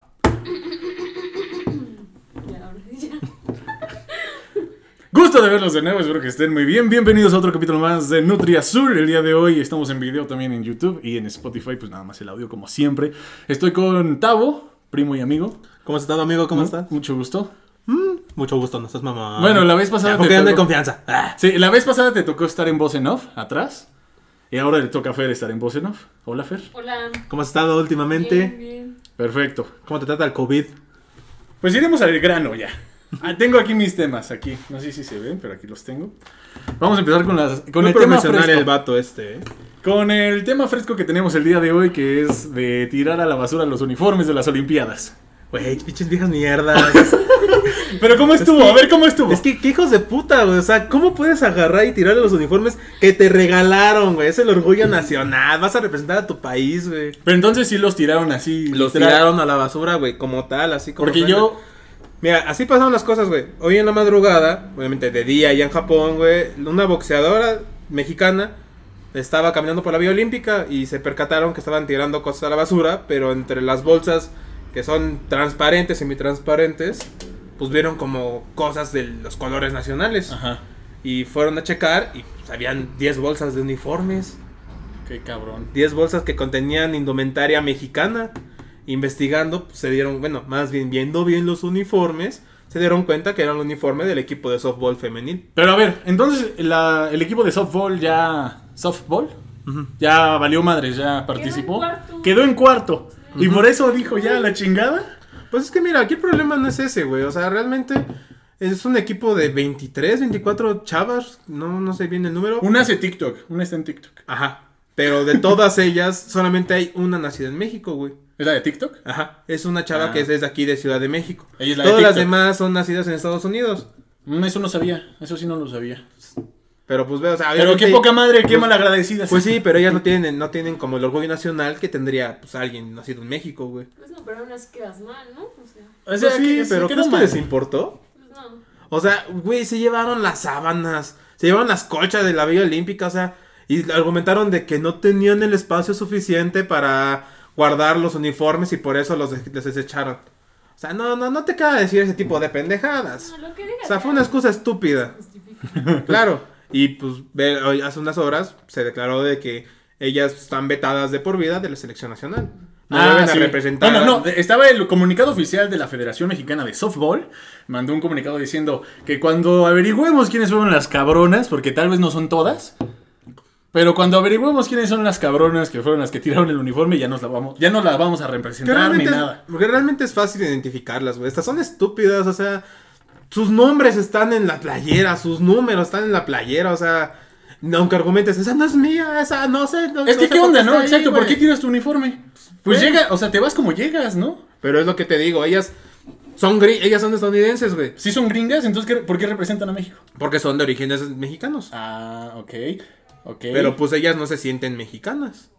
gusto de verlos de nuevo, espero que estén muy bien. Bienvenidos a otro capítulo más de Nutri Azul. El día de hoy estamos en video también en YouTube y en Spotify, pues nada más el audio como siempre. Estoy con Tavo, primo y amigo. ¿Cómo has estado, amigo? ¿Cómo Mu- estás? Mucho gusto. Mucho gusto, no estás mamá. Bueno, la vez pasada Porque te de tocó- confianza. Ah. Sí, la vez pasada te tocó estar en voz en off, atrás. Y ahora le toca a Fer estar en voz en off. Hola, Fer. Hola. ¿Cómo has estado últimamente? Bien, bien. Perfecto. ¿Cómo te trata el COVID? Pues iremos al grano ya. Ah, tengo aquí mis temas, aquí. No sé si se ven, pero aquí los tengo. Vamos a empezar con, las, con Muy el tema profesional fresco. el vato este, ¿eh? Con el tema fresco que tenemos el día de hoy, que es de tirar a la basura los uniformes de las Olimpiadas. Güey, pinches viejas mierdas. Pero ¿cómo estuvo? A ver, ¿cómo estuvo? es que qué hijos de puta, güey. O sea, ¿cómo puedes agarrar y tirarle los uniformes que te regalaron, güey? Es el orgullo nacional. Vas a representar a tu país, güey. Pero entonces sí los tiraron así. Los literal. tiraron a la basura, güey, como tal, así como. Porque yo... Mira, así pasaron las cosas, güey. Hoy en la madrugada, obviamente de día allá en Japón, güey, una boxeadora mexicana estaba caminando por la vía olímpica y se percataron que estaban tirando cosas a la basura, pero entre las bolsas que son transparentes, semitransparentes, pues vieron como cosas de los colores nacionales. Ajá. Y fueron a checar y pues, habían 10 bolsas de uniformes. Qué cabrón. 10 bolsas que contenían indumentaria mexicana. Investigando, pues, se dieron, bueno, más bien viendo bien los uniformes, se dieron cuenta que era el uniforme del equipo de softball femenil. Pero a ver, entonces la- el equipo de softball ya... ¿Softball? Ya valió madres, ya participó. cuarto. Quedó en cuarto. Y por eso dijo ya la chingada. Pues es que mira, aquí el problema no es ese, güey. O sea, realmente es un equipo de 23, 24 chavas, no, no sé bien el número. Una hace TikTok, una está en TikTok. Ajá. Pero de todas ellas, solamente hay una nacida en México, güey. ¿Es la de TikTok? Ajá. Es una chava Ah. que es desde aquí de Ciudad de México. Ella es la de Todas las TikTok. demás son nacidas en Estados Unidos. Mm, Eso no sabía, eso sí no lo sabía. Pero pues veo, o sea, Pero qué obviamente- poca madre, qué Pues- malagradecidas. Pues sí, pero ellas no tienen, no tienen como el orgullo nacional que tendría pues alguien nacido en México, güey. Pues no, pero aún así quedas mal, ¿no? O sea, O sea, Pues sí, que- pero se ¿crees quedó que mal. les importó? pues no. O sea, güey, se llevaron las sábanas, se llevaron las colchas de la Villa Olímpica, o sea, y argumentaron de que no tenían el espacio suficiente para guardar los uniformes y por eso los, des- los desecharon. O sea, no, no, no te queda decir ese tipo de pendejadas. No, lo que digas. O sea, fue una excusa estúpida. Claro. Y pues ve- hoy- hace unas horas se declaró de que ellas están vetadas de por vida de la selección nacional. No Ah, deben a sí. representar. Bueno, no, estaba el comunicado oficial de la Federación Mexicana de Softball. Mandó un comunicado diciendo que cuando averigüemos quiénes fueron las cabronas, porque tal vez no son todas, pero cuando averigüemos quiénes son las cabronas que fueron las que tiraron el uniforme, ya nos la vamos, ya no las vamos a Que representar ni realmente, es, nada. que realmente es fácil identificarlas, güey. Estas son estúpidas, o sea. Sus nombres están en la playera, sus números están en la playera, o sea. Aunque argumentes, esa no es mía, esa no sé. no- Es no que sé qué por onda, está ¿no? ahí, Exacto, ¿por güey. qué tiras tu uniforme? Pues Güey. llega, o sea, te vas como llegas, ¿no? Pero es lo que te digo, ellas son gri- ellas son estadounidenses, güey. Si son gringas, entonces ¿qué- ¿por qué representan a México? Porque son de orígenes mexicanos. Ah, ok, ok. Pero pues ellas no se sienten mexicanas.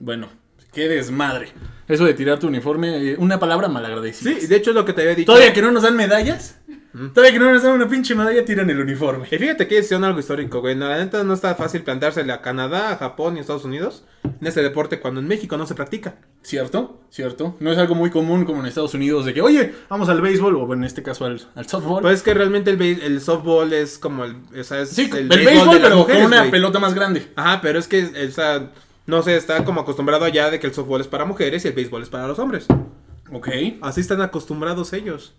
Bueno, qué desmadre. Eso de tirar tu uniforme, eh, una palabra malagradecida. Sí, de hecho es lo que te había dicho. Todavía que no nos dan medallas, todavía que no nos dan una pinche medalla, tiran el uniforme. Y fíjate que hicieron algo histórico, güey. La neta no está fácil plantársele a Canadá, a Japón y a Estados Unidos en este deporte cuando en México no se practica. ¿Cierto? ¿Cierto? No es algo muy común como en Estados Unidos de que, oye, vamos al béisbol, o en este caso al, al softball. Pues es que realmente el, be- el softball es como el. O sea, es sí, el, de béisbol, las pero mujeres, con una güey. pelota más grande. Ajá, pero es que, eh, o sea, no sé, está como acostumbrado allá de que el softball es para mujeres y el béisbol es para los hombres. Ok. Así están acostumbrados ellos.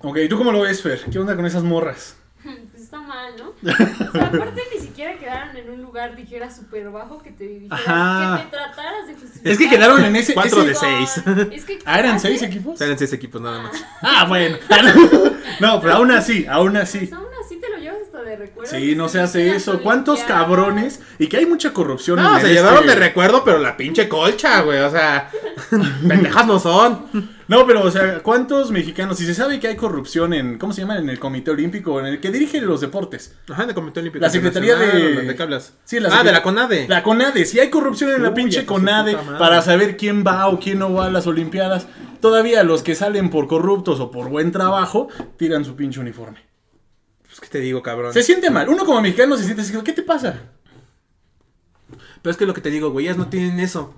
Ok, ¿tú cómo lo ves, Fer? ¿Qué onda con esas morras? Pues está mal, ¿no? O sea, aparte ni siquiera quedaron en un lugar, dijera súper bajo, que te dijeras, Ajá. que te trataras de justificar. Es que quedaron en ese... Cuatro ese- de seis. Es que, Ah, ¿eran ¿hace? seis equipos? Están en seis equipos nada más. Ah, bueno. no, pero aún así, aún así. Pues aún así te lo llevas hasta de recuerdo. Sí, no se Las hace eso. Olimpiadas. ¿Cuántos cabrones? Y que hay mucha corrupción. No, en se este- llevaron de recuerdo, pero la pinche colcha, güey. O sea, pendejas no son. No, pero, o sea, ¿cuántos mexicanos? Y se sabe que hay corrupción en, ¿cómo se llama? En el Comité Olímpico, en el que dirige los deportes. Ajá, en el Comité Olímpico. La Secretaría Internacional, de... ¿De qué hablas? Sí, la ah, de secre- la CONADE. La CONADE. Si hay corrupción en la Uy, pinche hija de su CONADE puta madre. para saber quién va o quién no va a las Olimpiadas, todavía los que salen por corruptos o por buen trabajo tiran su pinche uniforme. Pues, ¿qué te digo, cabrón? Se siente mal. Uno como mexicano se siente así, ¿qué te pasa? Pero es que lo que te digo, güey, ellas no tienen eso.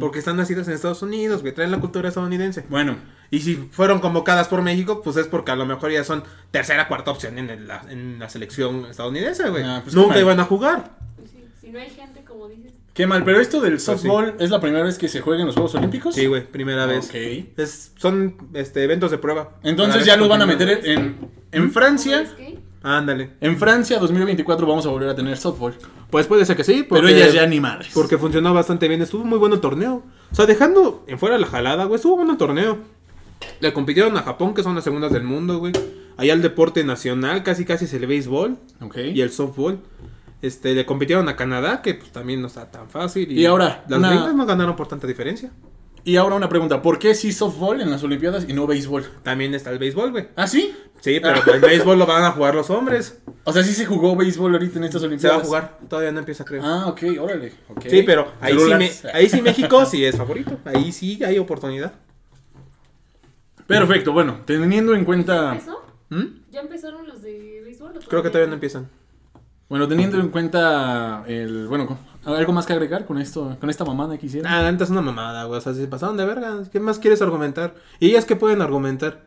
Porque están nacidas en Estados Unidos, güey. Traen la cultura estadounidense. Bueno, Y si fueron convocadas por México, pues es porque a lo mejor ya son tercera, cuarta opción en, el- la, en la selección estadounidense, güey. Ah, pues qué Nunca mal. iban a jugar. Pues sí, si no hay gente, como dices. Qué mal, pero esto del Pues sí. softball es la primera vez que se juega en los Juegos Olímpicos. Sí, güey, primera vez. Ah, Ok. Es, son este, eventos de prueba. Para Entonces ver ya si lo van a continúan. meter en, en Francia. ¿Cómo es Pues que? Ándale. En Francia 2024 vamos a volver a tener softball. Pues puede ser que sí, Pero ellas ya ni madres. Porque funcionó bastante bien, estuvo muy bueno el torneo. O sea, dejando en fuera la jalada, güey, estuvo bueno el torneo. Le compitieron a Japón, que son las segundas del mundo, güey. Allá el deporte nacional, casi casi es el béisbol Ok. y el softball. Este, le compitieron a Canadá, que pues también no está tan fácil. Y ahora, Las una- gringas no ganaron por tanta diferencia. Y ahora una pregunta, ¿por qué sí softball en las Olimpiadas y no béisbol? También está el béisbol, güey. ¿Ah, sí? Sí, pero pues, el béisbol lo van a jugar los hombres. O sea, sí se jugó béisbol ahorita en estas Se va Olimpiadas. a jugar, todavía no empieza, creo. Ah, ok, órale. ok. Sí, pero ahí sí, Celulares. me- ahí sí México sí es favorito. Ahí sí hay oportunidad. Perfecto, bueno, teniendo en cuenta. ¿Empezó? ¿Mm? ¿Ya empezaron los de béisbol? o Creo que todavía no empiezan. Bueno, teniendo en cuenta el. Bueno, algo más que agregar con esto, con esta mamada que hicieron. Ah, la neta es una mamada, güey. O sea, se pasaron de verga. ¿Qué más quieres argumentar? Y ellas que pueden argumentar.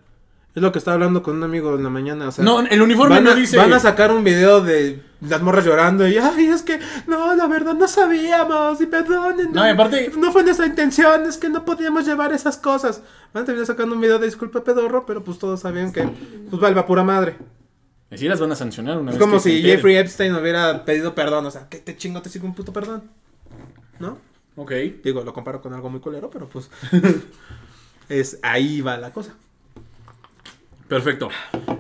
Es lo que estaba hablando con un amigo en la mañana. O sea, no, el uniforme van, no a, dice. van a sacar un video de las morras llorando. Y ay, es que no, la verdad no sabíamos. Y perdonen. No, y aparte- No fue nuestra intención. Es que no podíamos llevar esas cosas. Van a terminar sacando un video de disculpa, pedorro. Pero pues todos sabían que pues valva pura madre. Y sí las van a sancionar una Es vez como que se si enteren. Jeffrey Epstein hubiera pedido perdón. O sea, ¿qué te chingo te sigue un puto perdón? ¿No? Ok. Digo, lo comparo con algo muy culero, pero pues. es ahí va la cosa. Perfecto.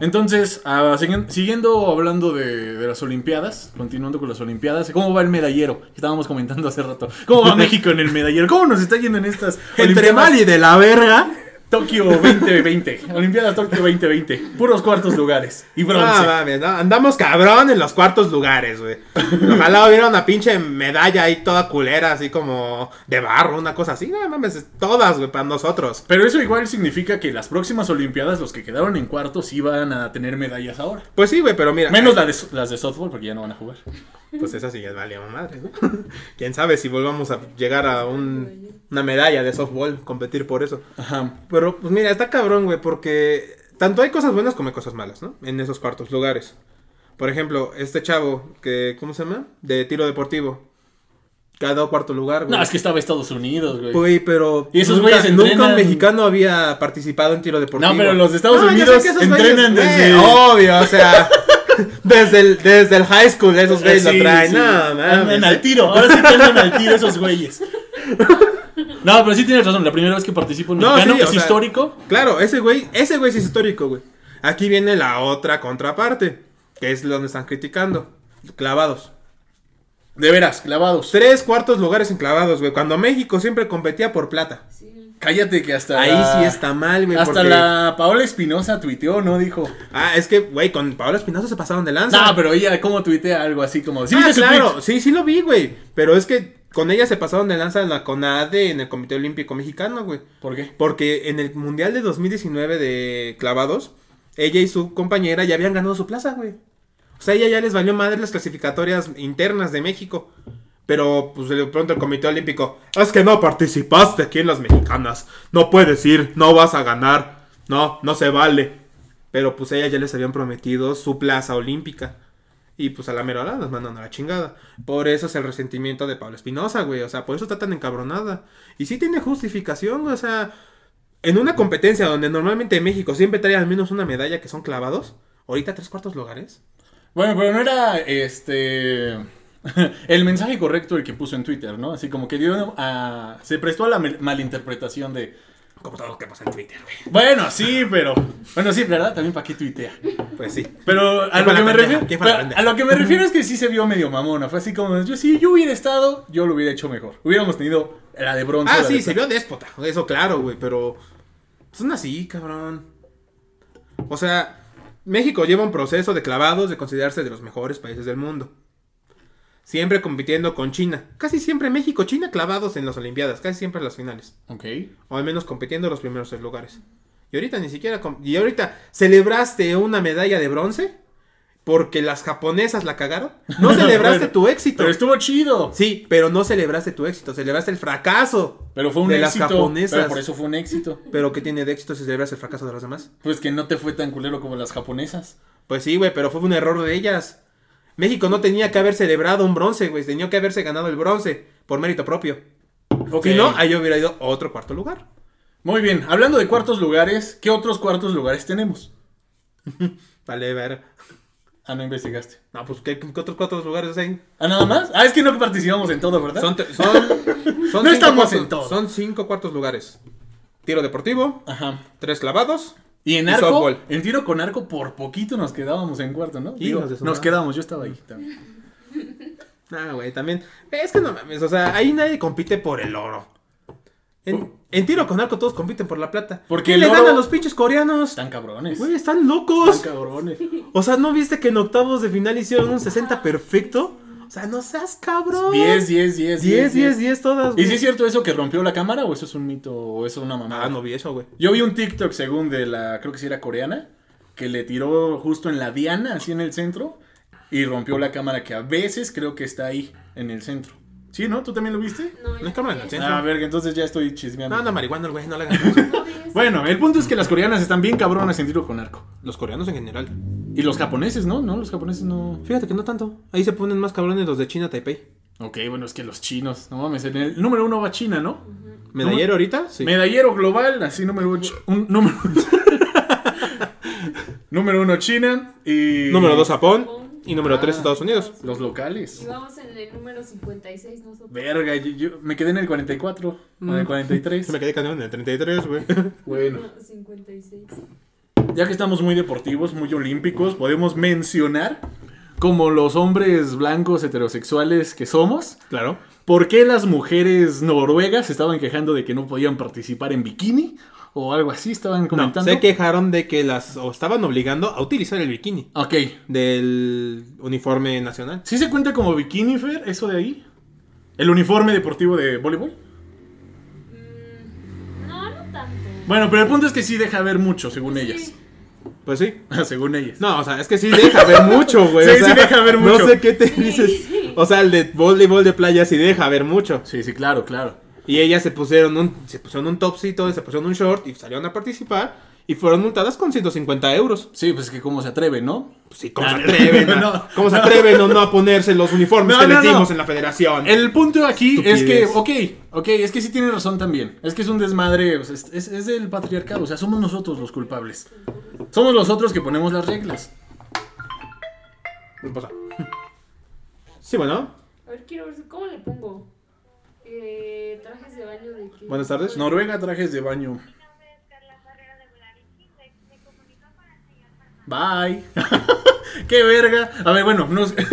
Entonces, ah, siguen- siguiendo hablando de, de las Olimpiadas, continuando con las Olimpiadas, ¿cómo va el medallero? Que estábamos comentando hace rato. ¿Cómo va México en el medallero? ¿Cómo nos está yendo en estas Entre mal y de la verga. Tokio 2020? Olimpiadas Tokio 2020. Puros cuartos lugares. Y bronce. No, mames, no, andamos cabrón en los cuartos lugares, güey. Ojalá hubiera una pinche medalla ahí toda culera, así como de barro, una cosa así. No mames, todas, güey, para nosotros. Pero eso igual significa que las próximas Olimpiadas, los que quedaron en cuartos, iban a tener medallas ahora. Pues sí, güey, pero mira. Menos la de so- las de softball, porque ya no van a jugar. Pues esa sí es valía madre, ¿no? Quién sabe si volvamos a llegar a un- una medalla de softball, competir por eso. Ajá. Pero, pues mira, está cabrón, güey, porque tanto hay cosas buenas como hay cosas malas, ¿no? En esos cuartos lugares. Por ejemplo, este chavo, que, ¿cómo se llama? De tiro deportivo. Cada cuarto lugar, güey. No, es que estaba Estados Unidos, güey. Güey, pero. Y esos nunca, güeyes nunca entrenan- un mexicano había participado en tiro deportivo. Ah, No, pero los de Estados yo sé Unidos que esos entrenan güeyes, desde- güey, Obvio, o sea. desde, el, desde el high school esos güeyes Eh, Sí, lo traen. sí. No, mames. Andan al tiro, ahora sí que andan al tiro esos güeyes. No, pero sí tienes razón, la primera vez que participo en No, mexicano sí, o es sea- histórico. Claro, ese güey, ese güey sí es histórico, güey. Aquí viene la otra contraparte, que es donde están criticando. Clavados. De veras, clavados. Tres cuartos lugares en clavados, güey. Cuando México siempre competía por plata. Sí. Cállate que hasta Ahí la- sí está mal, güey. Ah. Hasta porque- la Paola Espinosa tuiteó, ¿no? Dijo. Ah, es que, güey, con Paola Espinosa se pasaron de lanza. No, pero ella cómo tuitea algo así como. ¿Sí Ah, viste su claro, tweet? sí, sí lo vi, güey. Pero es que con ella se pasaron de lanza en la CONADE, en el Comité Olímpico Mexicano, güey. ¿Por qué? Porque en el Mundial de 2019 de clavados, ella y su compañera ya habían ganado su plaza, güey. O sea, ella ya les valió madre las clasificatorias internas de México. Pero, pues, de pronto el Comité Olímpico, es que no participaste aquí en las mexicanas. No puedes ir, no vas a ganar. No, no se vale. Pero, pues, ella ya les habían prometido su plaza olímpica. Y, pues, a la mera hora las mandan a la chingada. Por eso es el resentimiento de Pablo Espinosa, güey. O sea, por eso está tan encabronada. Y sí tiene justificación, güey. O sea, en una competencia donde normalmente México siempre trae al menos una medalla que son clavados, ahorita tres cuartos lugares. Bueno, pero no era este. El mensaje correcto el que puso en Twitter, ¿no? Así como que dio a. Se prestó a la mal- malinterpretación de. Como todo lo que pasa en Twitter, güey. Bueno, sí, pero. Bueno, sí, ¿verdad? También para qué tuitea. Pues sí. Pero a lo, ¿Quién fue la que me pendeja? refiero, ¿Quién fue la pero pendeja? a lo que me refiero es que sí se vio medio mamona. Fue así como, yo si yo hubiera estado, yo lo hubiera hecho mejor. Hubiéramos tenido la de bronce. Ah, la sí, de se vio déspota. Eso claro, güey, pero son así, cabrón. O sea, México lleva un proceso de clavados de considerarse de los mejores países del mundo. Siempre compitiendo con China. Casi siempre México, China clavados en las Olimpiadas, casi siempre en las finales. Ok. O al menos compitiendo en los primeros tres lugares. Y ahorita ni siquiera. com- Y ahorita celebraste una medalla de bronce. porque las japonesas la cagaron. No celebraste Bueno, tu éxito. Pero estuvo chido. Sí, pero no celebraste tu éxito, celebraste el fracaso. Pero fue un de éxito. las japonesas. Pero por eso fue un éxito. Pero ¿qué tiene de éxito si celebras el fracaso de los demás? Pues que no te fue tan culero como las japonesas. Pues sí, güey, pero fue un error de ellas. México no tenía que haber celebrado un bronce, güey, tenía que haberse ganado el bronce por mérito propio. Ok. Si no, ahí hubiera ido a otro cuarto lugar. Muy bien, hablando de cuartos lugares, ¿qué otros cuartos lugares tenemos? Vale, ver. Ah, no investigaste. No, pues ¿qué, qué otros cuatro lugares hay? ¿Ah, nada más? Ah, es que no participamos en todo, ¿verdad? Son, te- son, son No estamos cuartos- en todo. Son cinco cuartos lugares. Tiro deportivo, Ajá. tres clavados. Y en Y arco, softball. en tiro con arco, por poquito nos quedábamos en cuarto, ¿no? Hijos de su nos madre. quedamos, yo estaba ahí también. Ah, güey, también. Es que no mames, o sea, ahí nadie compite por el oro. En, en tiro con arco todos compiten por la plata. Porque ¿Qué el le dan oro- a los pinches coreanos? Están cabrones. Güey, están locos. Están cabrones. O sea, ¿no viste que en octavos de final hicieron un 60 perfecto? O sea, no seas cabrón. 10, 10, 10, 10, 10, 10 ¿Y todas, güey. si es cierto eso que rompió la cámara o eso es un mito o eso es una mamada? Ah, no vi eso, güey. Yo vi un TikTok, según de la, creo que sí era coreana, que le tiró justo en la diana, así en el centro, y rompió la cámara que a veces creo que está ahí, en el centro. ¿Sí, no? ¿Tú también lo viste? No, No es cámara en el centro. Ah, verga, entonces ya estoy chismeando. No, no, marihuana, el güey, no la ganamos. Bueno, el punto es que las coreanas están bien cabronas en tiro con arco. Los coreanos en general. Y los japoneses, ¿no? No, los japoneses no. Fíjate que no tanto. Ahí se ponen más cabrones los de China, Taipei. Ok, bueno, es que los chinos, no mames, en el número uno va China, ¿no? ¿Medallero ahorita? Sí. Medallero global, así número uno. un- número, número uno China y. Número 2, Japón. Y número 3, Ah. Estados Unidos. Los Y locales. vamos en el número 56 nosotros. Verga, yo, yo me quedé en el 44 o en el Mm. Se 43. me quedé cañón en el 33, güey. Bueno, 56. ya que estamos muy deportivos, muy olímpicos, podemos mencionar como los hombres blancos heterosexuales que somos. Claro. ¿Por qué las mujeres noruegas se estaban quejando de que no podían participar en bikini? O algo así, estaban comentando. se quejaron de que las o estaban obligando a utilizar el bikini Ok. del uniforme nacional. ¿Sí se cuenta como bikini, Fer, eso de ahí? ¿El uniforme deportivo de voleibol? Mm, no, no tanto. Bueno, pero el punto es que sí deja ver mucho, según Sí. ellas. Pues sí. según ellas. No, o sea, es que sí deja ver mucho, güey. Sí, o sí sea, deja ver mucho. No sé qué te Sí, dices. sí. O sea, el de voleibol de playa sí deja ver mucho. Sí, sí, claro, claro. Y ellas se pusieron un, se pusieron un topsito, se pusieron un short y salieron a participar y fueron multadas con 150 euros. Sí, pues que cómo se atreve, ¿no? Pues sí, ¿cómo Ah, se atreven? a- no. ¿Cómo se atreven o no a ponerse los uniformes No, que no, les no. dimos en la federación? El punto aquí es que, Mm. Estupidez. ok, ok, es que sí tiene razón también. Es que es un desmadre, o sea, es, es- es del patriarcado, o sea, somos nosotros los culpables. Somos los otros que ponemos las reglas. Pues, ah. Sí, bueno. A ver, quiero ver si- cómo le pongo. Eh, trajes de baño de qué? Buenas tardes. Noruega trajes de baño. Mi nombre es Carla Barrera de Volaris Insect. Me comunicó para enseñar por favor. Bye. Qué verga. A ver, bueno, nos... Mira,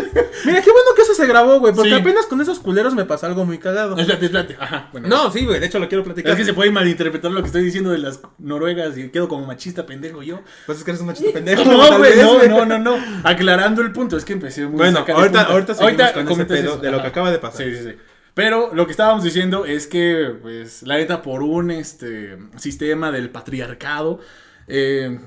qué bueno que eso se grabó, güey, porque Sí. apenas con esos culeros me pasa algo muy cagado. espérate, espérate. Ajá, bueno. No, sí, güey, de hecho lo quiero platicar. Es que se puede malinterpretar lo que estoy diciendo de las noruegas y quedo como machista pendejo yo. Pues es que eres un machista pendejo. No, tal güey, vez, no, no, no, no. Aclarando el punto, es que empecé muy Bueno, sacado de ahorita- punta. ahorita seguimos con ese comentas pedo eso. de lo que Ajá. acaba de pasar. Sí, sí, sí. Pero lo que estábamos diciendo es que, pues, la neta, por un este sistema del patriarcado, eh,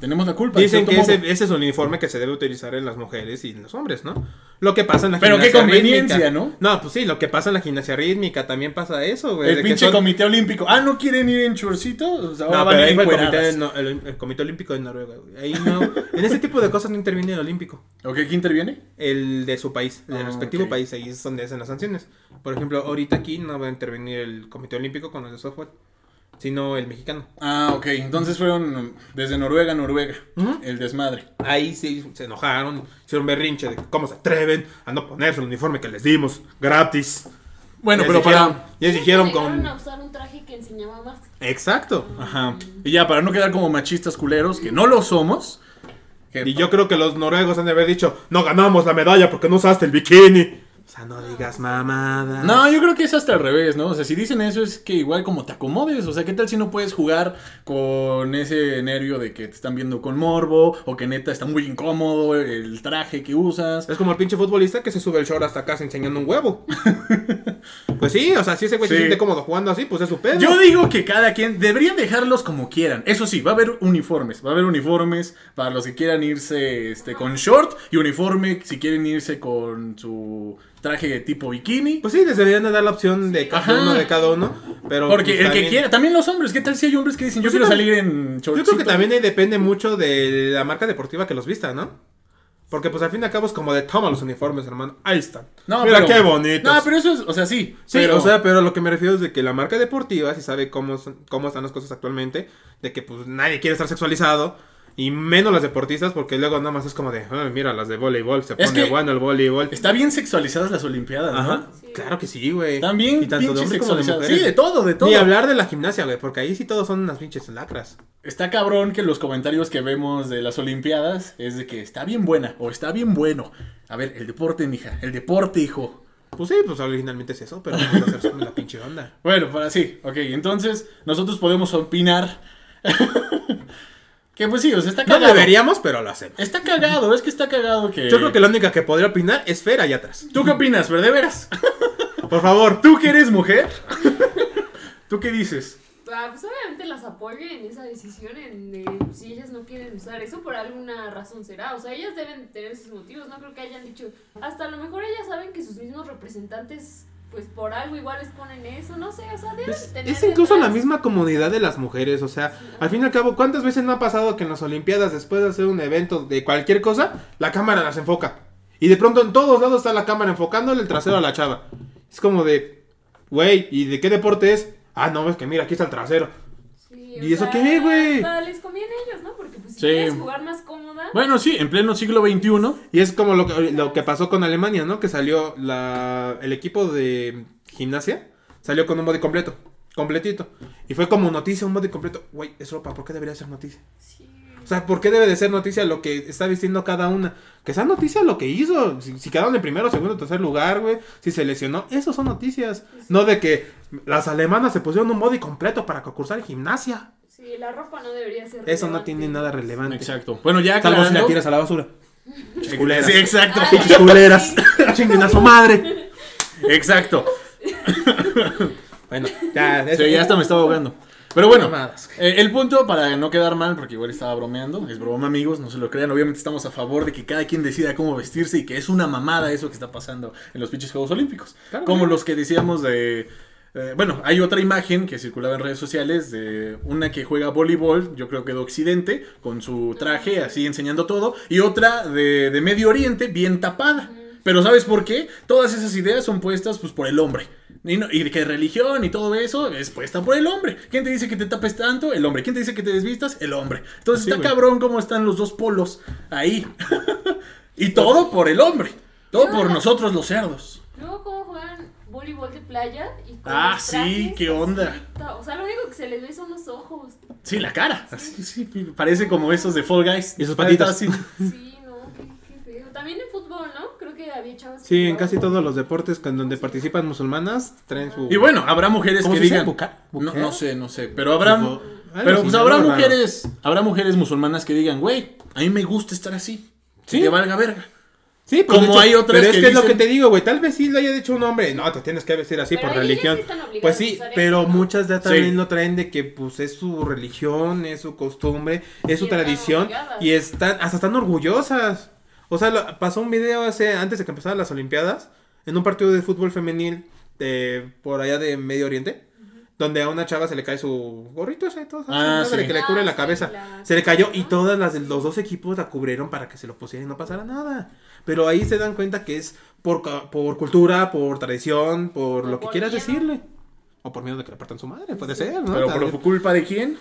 tenemos la culpa. de Dicen cierto que ese, modo. ese es un uniforme que se debe utilizar en las mujeres y en los hombres, ¿no? Lo que pasa en la Pero qué gimnasia conveniencia, rítmica. ¿no? No, pues sí, lo que pasa en la gimnasia rítmica también pasa eso, güey. El de que pinche son- comité olímpico. Ah, ¿no quieren ir en chorcito? ahora No, van pero ahí fue el encueradas. comité, de no- el- el comité olímpico de Noruega, güey. Ahí no. en ese tipo de cosas no interviene el olímpico. Ok, ¿quién interviene? El de su país, el Ah, del respectivo ok. país, ahí es donde hacen las sanciones. Por ejemplo, ahorita aquí no va a intervenir el comité olímpico con los de software, sino el mexicano. Ah, ok. Entonces fueron desde Noruega a Noruega. Ujú. El desmadre. Ahí sí se enojaron, hicieron berrinche de que cómo se atreven a no ponerse el uniforme que les dimos gratis. Bueno, Les pero dijeron- para. Les dijeron Llegaron a con... usar un traje que enseñaba más. Exacto. Ajá. Y ya, para no quedar como machistas culeros, que no lo somos. que- Y yo creo que los noruegos han de haber dicho, no ganamos la medalla porque no usaste el bikini. O sea, no digas mamada. No, yo creo que es hasta al revés, ¿no? O sea, si dicen eso es que igual como te acomodes, o sea, ¿qué tal si no puedes jugar con ese nervio de que te están viendo con morbo o que neta está muy incómodo el traje que usas? Es como el pinche futbolista que se sube el short hasta acá enseñando un huevo. pues sí, o sea, si ese güey se Sí. siente cómodo jugando así, pues es su pedo. Yo digo que cada quien deberían dejarlos como quieran. Eso sí, va a haber uniformes, va a haber uniformes para los que quieran irse este con short y uniforme si quieren irse con su traje de tipo bikini. Pues sí, les deberían de dar la opción de cada Ajá. uno, de cada uno. Pero Porque pues el que también- quiera, también los hombres, ¿qué tal si hay hombres que dicen yo Pues sí, quiero también- salir en short? Yo creo que también ahí depende mucho de la marca deportiva que los vista, ¿no? Porque pues al fin y al cabo es como de toma los uniformes, hermano. Ahí están. No, Mira pero- qué bonitos. No, pero eso es, o sea, sí. Sí, pero, o sea, pero lo que me refiero es de que la marca deportiva, si sabe cómo, son- cómo están las cosas actualmente, de que pues nadie quiere estar sexualizado, y menos las deportistas, porque luego nada más es como de, "Ay, mira, las de voleibol, se Es pone que- bueno el voleibol. Está bien sexualizadas las Olimpiadas, Ajá, ¿no? Sí. claro que sí, güey. Están bien Y tanto de pinches hombres como de sexualizadas. mujeres. Sí, de todo, de todo. Ni hablar de la gimnasia, güey, porque ahí sí todos son unas pinches lacras. Está cabrón que los comentarios que vemos de las Olimpiadas es de que está bien buena o está bien bueno. A ver, el deporte, mija, el deporte, hijo. Pues sí, pues originalmente es eso, pero vamos a hacer sobre la pinche onda. Bueno, para sí, ok, entonces nosotros podemos opinar. que pues sí, o sea, está No cagado. deberíamos, pero lo hacemos. Está cagado, es que está cagado que... Yo creo que la única que podría opinar es Fer allá atrás. ¿Tú qué opinas, pero de veras? Por favor. ¿Tú que eres mujer? ¿Tú qué dices? Ah, pues obviamente las apoyo en esa decisión, en de, si ellas no quieren usar eso, por alguna razón será. O sea, ellas deben tener sus motivos, no creo que hayan dicho. Hasta a lo mejor ellas saben que sus mismos representantes, pues por algo igual les ponen eso, no sé, o sea, deben Es, tener. Pues, es incluso detrás. la misma comunidad de las mujeres, o sea, al fin y al cabo, ¿cuántas veces no ha pasado que en las Olimpiadas, después de hacer un evento de cualquier cosa, la cámara las enfoca? Y de pronto en todos lados está la cámara enfocándole el trasero a la chava. Es como de, güey, ¿y de qué deporte es? Ah, no, es que mira, aquí está el trasero. Sí, ¿Y eso qué, güey? hasta Les conviene a ellos, ¿no? Porque pues si Sí. quieres jugar más cómoda. Bueno, sí, en pleno siglo XXI, Y es como lo que, lo que pasó con Alemania, ¿no? Que salió la, el equipo de gimnasia, salió con un body completo, completito. Y fue como noticia, un body completo. Güey, es ropa, ¿por qué debería ser noticia? Sí. O sea, ¿por qué debe de ser noticia lo que está vistiendo cada una? Que sea noticia lo que hizo. Si, si quedaron en primero, segundo, tercer lugar, güey. Si se lesionó. Eso son noticias. No de que las alemanas se pusieron un body completo para concursar en gimnasia. Sí, la ropa no debería ser. Eso no relevante. tiene nada relevante. Exacto. Bueno, ya Salvo si la aclarando- tiras a la basura. Pinches culeras. Sí, exacto. Ah, Pinches culeras. Chinguen a su madre. Exacto. Bueno, ya. eso- Sí, ya hasta me estaba ahogando. Pero bueno, Mamadas. eh, el punto para no quedar mal, porque igual estaba bromeando, es broma amigos, no se lo crean, obviamente estamos a favor de que cada quien decida cómo vestirse y que es una mamada eso que está pasando en los pinches Juegos Olímpicos. Claro. Como los que decíamos de... eh, bueno, hay otra imagen que circulaba en redes sociales de una que juega voleibol, yo creo que de Occidente, con su traje así enseñando todo, y otra de, de Medio Oriente bien tapada. Pero ¿sabes por qué? Todas esas ideas son puestas pues por el hombre. Y, no- y que religión y todo eso es puesta por el hombre. ¿Quién te dice que te tapes tanto? El hombre. ¿Quién te dice que te desvistas? El hombre. Entonces Sí, está güey. cabrón cómo están los dos polos ahí. y todo por el hombre. Todo por nosotros los cerdos. Luego, ¿cómo juegan voleibol de playa? Y con Ah, los sí, trajes así, qué onda. ta- O sea, lo único que se les ve son los ojos. Sí, la cara. Así, sí, parece como esos de Fall Guys. Y sus patitas. Así. Sí, no, qué, qué feo. También en fútbol, ¿no? Creo que había chavas. que Sí, en jugaban. casi todos los deportes con donde participan musulmanas traen su. Y bueno, habrá mujeres ¿Cómo que se dice? digan. ¿Bucar? No, ¿Bucar? no sé, no sé. Pero habrá. Tipo, algo Pero así, pues habrá algo raro. mujeres. Habrá mujeres musulmanas que digan, güey, a mí me gusta estar así. Sí. Que te valga verga. Sí, pues, Como de hecho, hay otras pero es que que es lo que dicen- te digo, güey. Tal vez sí lo haya dicho un hombre. No, te tienes que vestir así Pero por ahí ellas religión. sí están obligadas pues a sí, usar pero eso, ¿no? muchas ya también Sí. lo traen de que pues es su religión, es su costumbre, es su Y están tradición. obligadas. Y están, hasta están orgullosas. O sea, lo- pasó un video hace, antes de que empezaran las Olimpiadas, en un partido de fútbol femenil de, por allá de Medio Oriente. Donde a una chava se le cae su gorrito ese, todo esa Ah, madre sí. que le cubre Ah, la sí, cabeza. la- Se le cayó y ¿no? todas las de los dos equipos la cubrieron para que se lo pusieran y no pasara nada. Pero ahí se dan cuenta que es por, ca- por cultura, por tradición, por O lo que por quieras miedo. decirle. O por miedo de que le partan su madre, puede ser, ¿no? Pero También. por culpa de quién?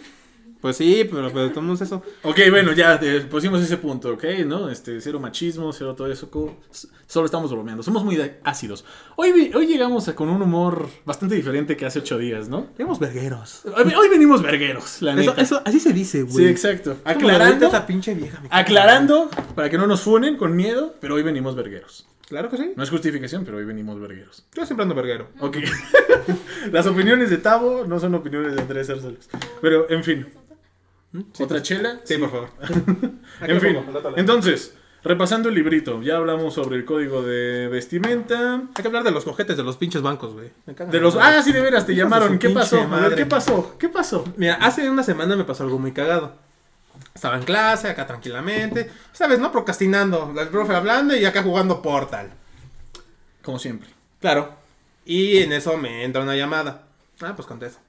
Pues sí, pero, pero tomamos eso. Ok, bueno, ya eh, pusimos ese punto, ¿ok? ¿No? Este, cero machismo, cero todo eso. co- s- Solo estamos bromeando. Somos muy de- ácidos. Hoy, vi- hoy llegamos a- con un humor bastante diferente que hace ocho días, ¿no? Tenemos vergueros. Hoy, hoy venimos vergueros, la Eso, neta. eso- así se dice, güey. sí, exacto. Es como la neta, Aclarando, esa pinche vieja. me cae. aclarando para que no nos funen con miedo, pero hoy venimos vergueros. Claro que sí. No es justificación, pero hoy venimos vergueros. Yo siempre ando verguero. Ok. Las opiniones de Tavo no son opiniones de Andrés Arcelos. Pero, en fin. ¿Otra chela? ¿Mm? Sí, por favor. Aquí En lo fin. pongo, al rato lo- Entonces, repasando el librito, ya hablamos sobre el código de vestimenta. Hay que hablar de los cojetes de los pinches bancos, güey. Me cagan De los. madre. Ah, sí, de veras, te Hijos de llamaron. su ¿Qué pinche pasó? A ver, madre. ¿qué pasó? ¿Qué pasó? Mira, hace una semana me pasó algo muy cagado. Estaba en clase, acá tranquilamente. ¿Sabes, no? Procrastinando. El profe hablando y acá jugando Portal. Como siempre. Claro. Y en eso me entra una llamada. Ah, pues contesto.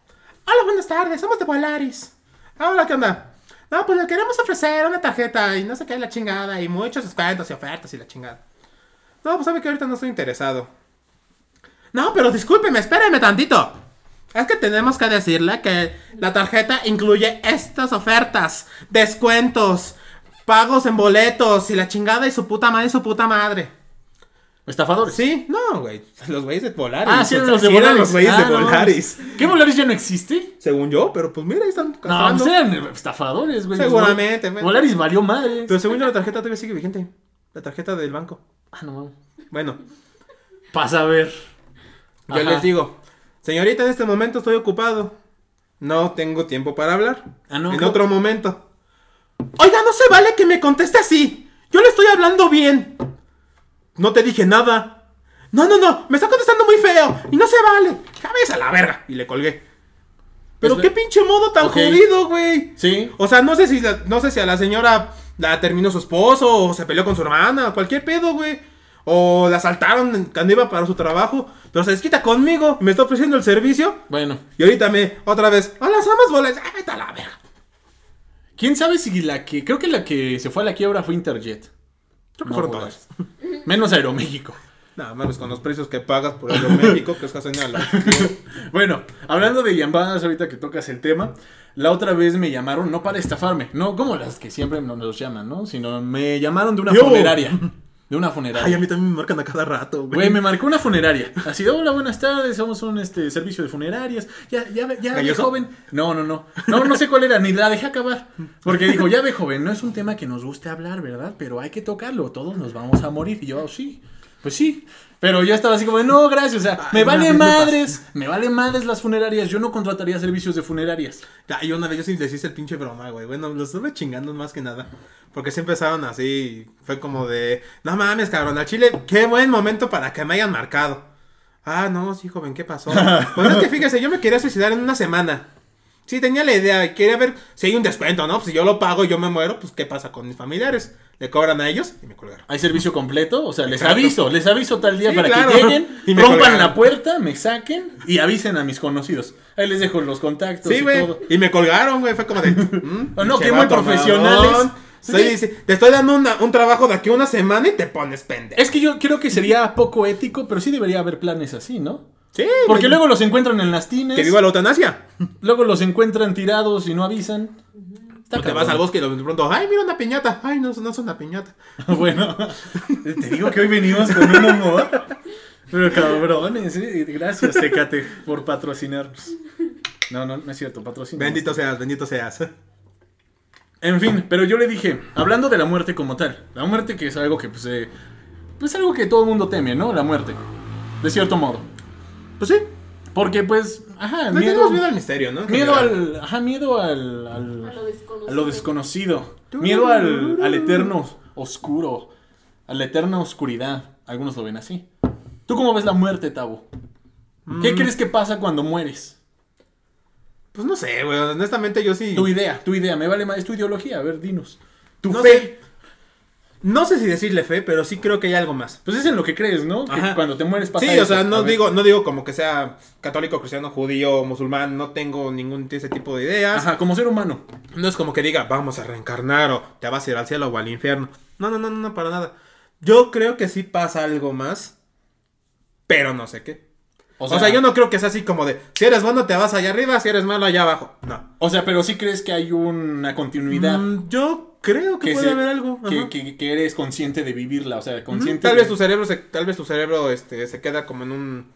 Hola, buenas tardes, somos de Polaris. Ah, Hola, ¿qué onda? No, pues le queremos ofrecer una tarjeta y no sé qué, la chingada, y muchos descuentos y ofertas y la chingada. No, pues sabe que ahorita no estoy interesado. No, pero discúlpeme, espéreme tantito. Es que tenemos que decirle que la tarjeta incluye estas ofertas, descuentos, pagos en boletos y la chingada y su puta madre y su puta madre. Estafadores. Sí, no, güey. Los güeyes de Polaris. Ah, sí, eran O sea, los de sí eran Volaris. los güeyes Ah, de no mames. Volaris. ¿Qué Volaris ya no existe? Según yo, pero pues mira, ahí están No, cazando. pues eran estafadores, güey. Seguramente, güey. Volaris valió madre. Pero según yo, la tarjeta todavía sigue vigente. La tarjeta del banco. Ah, no mames. Bueno, Pasa a ver. yo Ajá. les digo, señorita, en este momento estoy ocupado. No tengo tiempo para hablar. Ah, no, en creo- otro momento. Oiga, no se vale que me conteste así. Yo le estoy hablando bien. No te dije nada. No, no, no. Me está contestando muy feo. Y no se vale. Cabeza a la verga. Y le colgué. Pero Espe- qué pinche modo tan Ok. jodido, güey. Sí. O sea, no sé si la- no sé si a la señora la terminó su esposo o se peleó con su hermana, o cualquier pedo, güey. O la asaltaron en- cuando iba para su trabajo, pero se desquita conmigo, me está ofreciendo el servicio Bueno. y ahorita me otra vez, "Hola, somos bolas." Ah, vete a la verga. ¿Quién sabe si la que. Creo que la que se fue a la quiebra fue Interjet. Creo que No, fueron bolas. todas. Menos Aeroméxico. Nada más con los precios que pagas por Aeroméxico, que es casi nada. Bueno, hablando de llamadas, ahorita que tocas el tema, la otra vez me llamaron, no para estafarme, no como las que siempre nos nos llaman, ¿no? Sino me llamaron de una Yo. funeraria. De una Ay, a funeraria. mí también me marcan a cada rato, güey. Güey, me marcó una funeraria. Así de, hola, buenas tardes, somos un este, servicio de funerarias. Ya, ya, ve- ya, ve, ¿Galloso? joven. No, no, no. No, no sé cuál era, ni la dejé acabar. Porque dijo, ya ve, joven, no es un tema que nos guste hablar, ¿verdad? Pero hay que tocarlo, todos nos vamos a morir. Y yo, sí, pues sí. Pero yo estaba así como, no, gracias, o sea, me Ay, vale Ah, una vez me madres, me vale madres las funerarias, yo no contrataría servicios de funerarias. Ya, y una vez yo sí les hice el pinche broma, güey. Bueno, los estuve chingando más que nada. Porque sí empezaron así. y Fue como de. No mames, cabrón. Al chile, qué buen momento para que me hayan marcado. Ah, no, sí, joven, ¿qué pasó? Pues es que fíjese, yo me quería suicidar en una semana. Sí, tenía la idea. y Quería ver si hay un descuento, ¿no? Pues si yo lo pago y yo me muero, pues ¿qué pasa con mis familiares? Le cobran a ellos y me colgaron. ¿Hay servicio completo? O sea, les Exacto. aviso, les aviso tal día Sí, para claro. que lleguen, Y me rompan colgaron. la puerta, me saquen y avisen a mis conocidos. Ahí les dejo los contactos Sí, y güey. todo. Y me colgaron, güey. Fue como de. mm, Oh, no, pinche qué muy vato profesionales. mamón. Estoy dici- te estoy dando una- un trabajo de aquí a una semana y te pones pendejo. Es que yo creo que sería poco ético, pero sí debería haber planes así, ¿no? Sí, Porque güey. luego los encuentran en las tines, Que viva la eutanasia. luego los encuentran tirados y no avisan. Está O te cabrón. vas al bosque y de pronto, ay, mira una piñata. Ay, no, no es una piñata. bueno, te digo que hoy venimos con un humor. Pero cabrones, ¿eh? gracias Tecate por patrocinarnos. No, no, no es cierto, patrocinarnos. Bendito seas, bendito seas. En fin, pero yo le dije, hablando de la muerte como tal, la muerte que es algo que pues, eh, pues algo que todo el mundo teme, ¿no? La muerte, de cierto modo. Pues sí, Porque pues, ajá, le miedo, tenemos miedo al misterio, ¿no? En miedo general. al, ajá, miedo al, A lo al, desconocido. a lo desconocido, miedo al, al eterno oscuro, a la eterna oscuridad, algunos lo ven así. ¿Tú cómo ves la muerte, Tabo? ¿Qué Mm. crees que pasa cuando mueres? Pues no sé, güey. Honestamente, yo sí. Tu idea, tu idea, me vale más, es tu ideología, a ver, dinos. Tu No fe. sé. No sé si decirle fe, pero sí creo que hay algo más. Pues es en lo que crees, ¿no? Que Ajá. cuando te mueres pasa Sí, o eso. sea, A no ver. digo, no digo como que sea católico, cristiano, judío, musulmán, no tengo ningún de ese tipo de ideas. Ajá, como ser humano. No es como que diga, vamos a reencarnar o te vas a ir al cielo o al infierno. No, no, no, no, no, para nada. Yo creo que sí pasa algo más, pero no sé qué. O sea, yo no creo que sea así como de, si eres bueno te vas allá arriba, si eres malo allá abajo. No. O sea, pero sí crees que hay una continuidad. Mm, yo creo que, que puede se- haber algo. Que, ajá. que- que eres consciente de vivirla, o sea, Ujú, consciente Tal de- vez tu cerebro se, tal vez tu cerebro este, se queda como en un,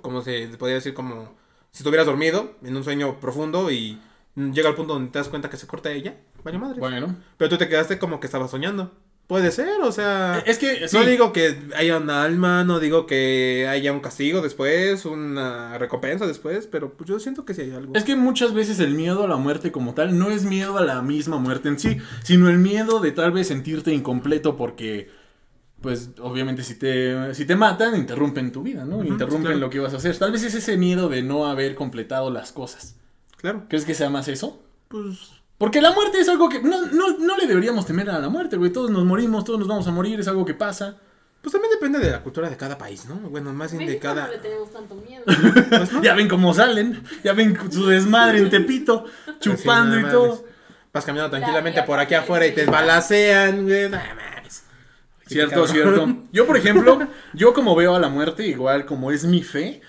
como se podría decir como si estuvieras dormido en un sueño profundo y mm, llega al punto donde te das cuenta que se corta ella, vaya madre. Bueno, Pero tú te quedaste como que estabas soñando. Puede ser, o sea. Es que, sí, Ah, No digo que haya una alma, no digo que haya un castigo después, una recompensa después, pero pues yo siento que sí hay algo. es que muchas veces el miedo a la muerte como tal no es miedo a la misma muerte en sí, sino el miedo de tal vez sentirte incompleto porque, pues, obviamente si te, si te matan, interrumpen tu vida, ¿no? Ujú, interrumpen claro. lo que ibas a hacer. Tal vez es ese miedo de no haber completado las cosas. Claro, ¿Crees que sea más eso? pues Porque la muerte es algo que no, no, no le deberíamos temer a la muerte, güey. Todos nos morimos, todos nos vamos a morir, es algo que pasa. Pues también depende de la cultura de cada país, ¿no? Bueno, más bien de México cada... no le tenemos tanto miedo. Pues, ¿no? Ya ven cómo salen, ya ven su desmadre en Tepito, chupando Sí, y no todo. mames. Vas caminando tranquilamente La- por aquí afuera y te balacean, güey. No mames. Cierto, Qué cierto. cabrón. Yo, por ejemplo, yo como veo a la muerte, igual como es mi fe,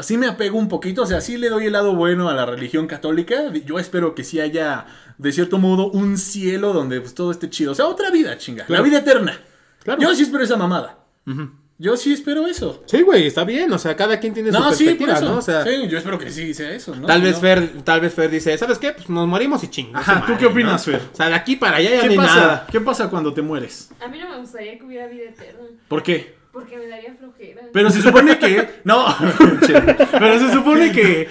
sí me apego un poquito, o sea, sí le doy el lado bueno a la religión católica. Yo espero que sí haya, de cierto modo, un cielo donde pues, todo esté chido. O sea, otra vida, chinga. Claro. La vida eterna. Claro. Yo sí espero esa mamada. Ujú. Yo sí espero eso. Sí, güey, está bien. O sea, cada quien tiene su No, sí, por perspectiva, eso. ¿no? O sea, sí, yo espero que sí sea eso, ¿no? tal, Si vez no- Fer, tal vez Fer dice, ¿sabes qué? Pues nos morimos y chingamos. Ajá, ¿tú qué opinas, Fer? O sea, de aquí para allá ya no ¿Qué hay pasa? nada. ¿Qué pasa cuando te mueres? A mí no me gustaría que hubiera vida eterna, ¿Por qué? porque me daría flojera. Pero se supone que. No, pero se supone que.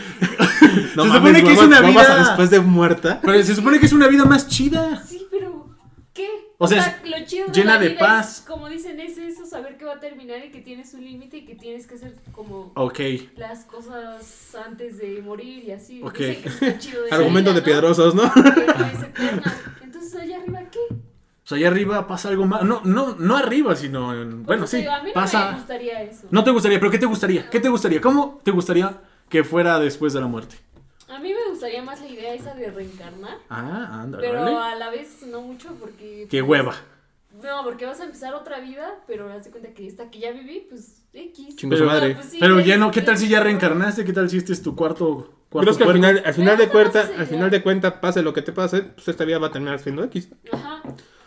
No se mames, supone que es vamos- una vamos a vida. después de muerta. Pero se supone que es una vida más chida. Sí, pero ¿qué? O sea, lo chido llena la de vida paz. es, como dicen, es eso, saber que va a terminar y que tienes un límite y que tienes que hacer como Ok. las cosas antes de morir y así. Ok. Dicen que está chido de Argumento la de vida, ¿no? piedrosos, ¿no? Que no es eterna. Entonces, allá arriba, ¿qué? O sea, allá arriba pasa algo más. No, no, no arriba, sino. en- Por Bueno, eso te sí. digo, a mí Pues no me Pasa. gustaría eso. No te gustaría, pero ¿qué te gustaría? ¿Qué te gustaría? ¿Cómo te gustaría que fuera después de la muerte? A mí me gustaría más la idea esa de reencarnar, Ah, anda, pero órale. a la vez no mucho porque... pues, Qué hueva. No, porque vas a empezar otra vida, pero haz de cuenta que esta que ya viví, pues X. Chingo su Pero- madre. pues sí, Pero X, ya no, ¿qué tal si ya X, reencarnaste? ¿Qué tal si este es tu cuarto cuarto Creo que al cuerpo? final, al final de gusta más cuenta, esa al idea. final de cuenta, pase lo que te pase, pues esta vida va a terminar siendo X. Ajá.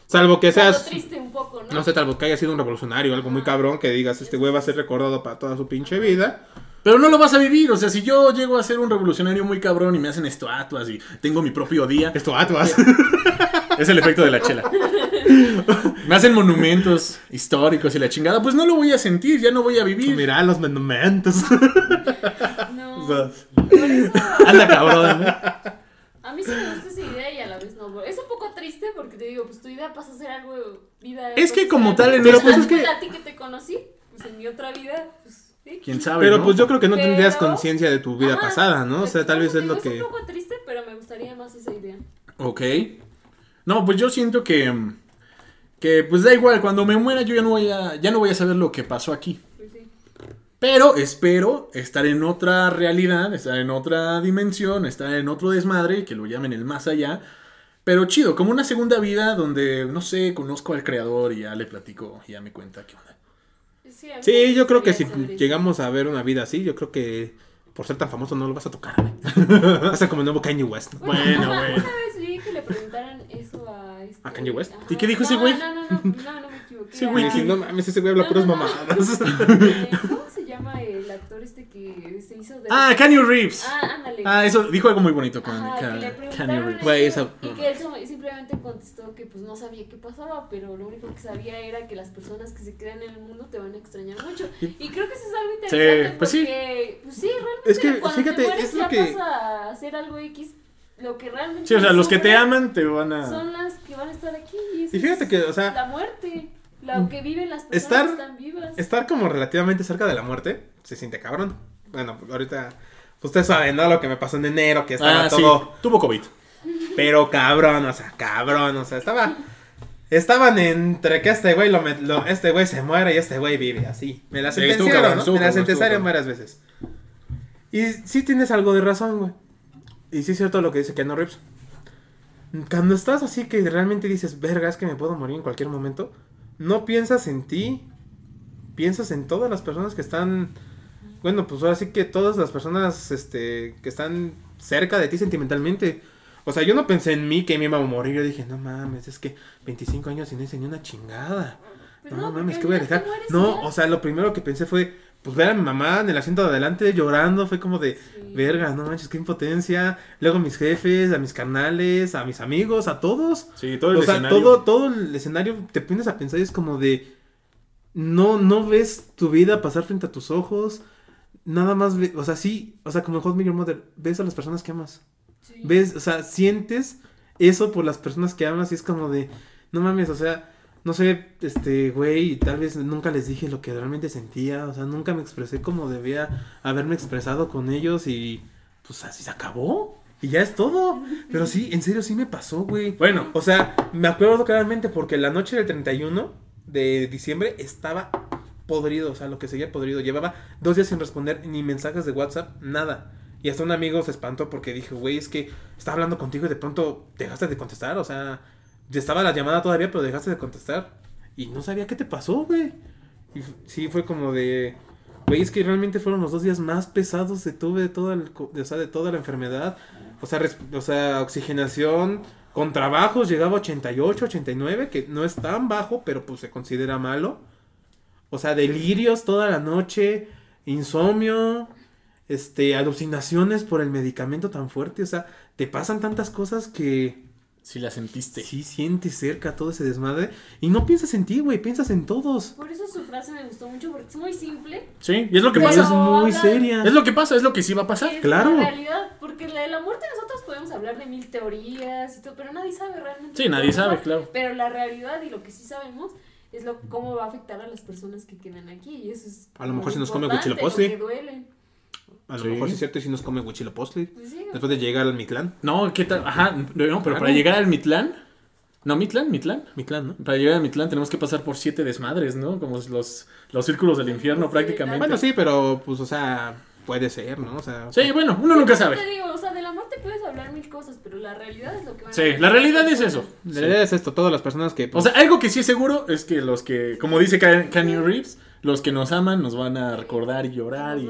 Salvo que Algo seas triste un poco, ¿no? No sé, tal vez que haya sido un revolucionario, algo muy cabrón, que digas, este güey va a ser recordado para toda su pinche vida. Pero no lo vas a vivir, o sea, si yo llego a ser un revolucionario muy cabrón y me hacen estatuas y tengo mi propio día, Esto atuas. es el efecto de la chela. me hacen monumentos históricos y la chingada, pues no lo voy a sentir, ya no voy a vivir. Mira los monumentos. No. O sea, Por eso, Anda cabrón. ¿eh? a mí sí me gusta esa idea y a la vez no. Es un poco triste porque te digo, pues tu vida pasa a ser algo. Vida, Es que pasa a como ser tal, algo- en este Pero esta- pues es que- A ti que te conocí, pues en mi otra vida, pues. X. Quién sabe. pero ¿no? pues yo creo que no Pero- tendrías conciencia de tu vida Ajá. pasada, ¿no? O sea, Pero tal por vez eso es te lo digo, que... Es un poco triste, pero me gustaría más esa idea. Ok. No, pues yo siento que. mm, Que pues da igual, cuando me muera yo ya no voy a, ya no voy a saber lo que pasó aquí. Pues sí. Pero espero estar en otra realidad, estar en otra dimensión, estar en otro desmadre, que lo llamen el más allá. Pero chido, como una segunda vida donde, no sé, conozco al creador y ya le platico y ya me cuenta qué onda. Sí, a mí me Sí, yo creo que si gustaría saber eso. llegamos a ver una vida así, yo creo que por ser tan famoso no lo vas a tocar. Vas a ser como el nuevo Kanye West. ¿no? Bueno, Bueno, una, bueno. una vez vi que le preguntaran eso a este... ¿A Kanye West? Ajá. ¿Y qué dijo ese No, güey? No, no, no, no, no me equivoqué. Ese a- güey Dije, no mames, ese güey habla No, puras no, no. mamadas. Eh, ¿Cómo se llama el actor este que se hizo de... Ah, Canyon Reeves. Ah, ándale. Ah, eso dijo algo muy bonito con Ajá, que le Ca- Canyon preguntaron Reeves. Güey, eso, esa- y que él sim- simplemente contestó que pues no sabía qué pasaba, pero lo único que sabía era que las personas que se quedan en el mundo te van a extrañar mucho. Y creo que eso es algo interesante pues sí. porque pues sí, realmente Es que, cuando fíjate, te mueres es lo ya que- vas a hacer algo X, lo que realmente Sí, o sea, los que te sobra aman te van a... son las que van a estar aquí. Y, eso Y fíjate es que, o sea, la muerte, lo que viven las personas Estar- que están vivas. Estar como relativamente cerca de la muerte se siente cabrón. Bueno, ahorita pues ustedes saben, ¿no? Lo que me pasó en enero, que estaba Ah, sí, todo, tuvo COVID. pero cabrón, o sea, cabrón, o sea, estaba... Estaban entre que este güey lo, met- lo- este güey se muere y este güey vive así. Me la Sí, estuvo sentenciaron, cabrón, ¿no? estuvo Me la cabrón, sentenciaron estuvo varias veces. Y sí tienes algo de razón, güey. Y sí es cierto lo que dice Keanu Reeves. Cuando estás así que realmente dices, verga, es que me puedo morir en cualquier momento, no piensas en ti, piensas en todas las personas que están, bueno, pues ahora sí que todas las personas este, que están cerca de ti sentimentalmente. O sea, yo no pensé en mí que me iba a morir, yo dije, no mames, es que 25 años y no hice ni una chingada. Pues No, porque mames, al ¿qué voy a final te dejar? mueres y No, ya. o sea, lo primero que pensé fue, pues ver a mi mamá en el asiento de adelante llorando fue como de, verga, no manches, qué impotencia. Luego a mis jefes, a mis canales, a mis amigos, a todos. Sí, todo el o sea, escenario. todo, todo el escenario te pones a pensar y es como de, no, no ves tu vida pasar frente a tus ojos. Nada más, ve- o sea, sí, o sea, como en Hot Your Mother, ves a las personas que amas. Sí. ¿Ves? O sea, sientes eso por las personas que amas y es como de, no mames, o sea, no sé, este, güey, y tal vez nunca les dije lo que realmente sentía, o sea, nunca me expresé como debía haberme expresado con ellos y pues así se acabó. Y ya es todo. Pero sí, en serio, sí me pasó, güey. Bueno, O sea, me acuerdo claramente porque la noche del 31 de diciembre estaba podrido, o sea, lo que seguía podrido. Llevaba dos días sin responder ni mensajes de WhatsApp, nada. Y hasta un amigo se espantó porque dijo, güey, es que estaba hablando contigo y de pronto dejaste de contestar, o sea, ya estaba la llamada todavía, pero dejaste de contestar. Y no sabía qué te pasó, güey. Y f- sí, fue como de, güey, es que realmente fueron los dos días más pesados que tuve de toda, el co- de, o sea, de toda la enfermedad. O sea, res- o sea, oxigenación con trabajos llegaba a 88, 89, que no es tan bajo, pero pues se considera malo. O sea, delirios toda la noche, insomnio, este, alucinaciones por el medicamento tan fuerte. O sea, te pasan tantas cosas que si la sentiste. sí sientes cerca todo ese desmadre. Y no piensas en ti, güey, piensas en todos. Por eso su frase me gustó mucho porque es muy simple. Sí, y es lo que Pero pasa. es muy Habla- seria. Es lo que pasa, es lo que sí va a pasar. Es claro. La realidad, porque la de la muerte nosotros podemos hablar de mil teorías y todo, pero nadie sabe realmente. Sí, qué nadie va a pasar. sabe, claro. Pero la realidad y lo que sí sabemos es lo cómo va a afectar a las personas que quedan aquí y eso es. A lo como mejor si nos come importante, huitzilopochtli. porque duele. A lo Sí. mejor sí es cierto y si nos come huichilopostle. Pues sí, Después de llegar al Mitlán. No, ¿qué tal? Ajá, no, pero para Claro. llegar al Mitlán. No, Mitlán, Mitlán. Mitlán, ¿no? Para llegar al Mitlán tenemos que pasar por siete desmadres, ¿no? Como los, los círculos del infierno Sí, prácticamente. Bueno, sí, pero pues, o sea, puede ser, ¿no? O sea, Sí, bueno, uno nunca sabe. Te digo, o sea, de la muerte puedes hablar mil cosas, pero la realidad es lo que van a Sí, hablar la las realidad es personas. eso. La Sí. realidad es esto, todas las personas que... O pues, sea, algo que sí es seguro es que los que, como dice Ca- Canyon Reeves, los que nos aman nos van a recordar y llorar y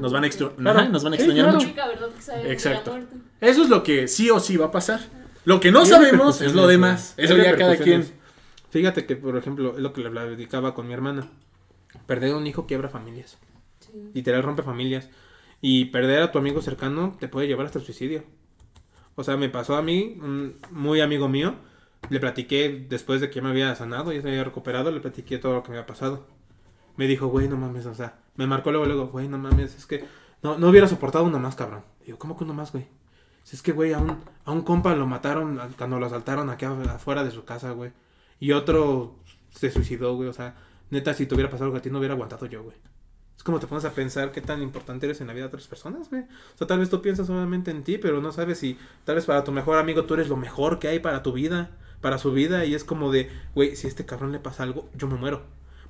Nos van a extrañar nos mucho. van a, extra- Claro. ajá, nos van a Sí, extrañar claro. mucho. única verdad que sabemos de la Exacto. muerte. Eso es lo que sí o sí va a pasar. Lo que no Hay sabemos es lo repercusiones, demás. güey. Eso Hay ya cada quien. repercusiones. Fíjate que, por ejemplo, es lo que le platicaba con mi hermana. Perder un hijo quiebra familias. Sí. Literal rompe familias. Y perder a tu amigo cercano te puede llevar hasta el suicidio. O sea, me pasó a mí, un muy amigo mío. Le platiqué después de que ya me había sanado, ya se había recuperado, le platiqué todo lo que me había pasado. Me dijo, güey, no mames, o sea, me marcó luego, luego, güey, no mames, es que no, no hubiera soportado uno más, cabrón. Digo, ¿cómo que uno más, güey? Si es que, güey, a un, a un compa lo mataron al- cuando lo asaltaron aquí afuera de su casa, güey. Y otro se suicidó, güey, o sea, neta, si te hubiera pasado algo a ti, no hubiera aguantado yo, güey. Es como te pones a pensar qué tan importante eres en la vida de otras personas, güey. O sea, tal vez tú piensas solamente en ti, pero no sabes si tal vez para tu mejor amigo tú eres lo mejor que hay para tu vida, para su vida. Y es como de, güey, si a este cabrón le pasa algo, yo me muero.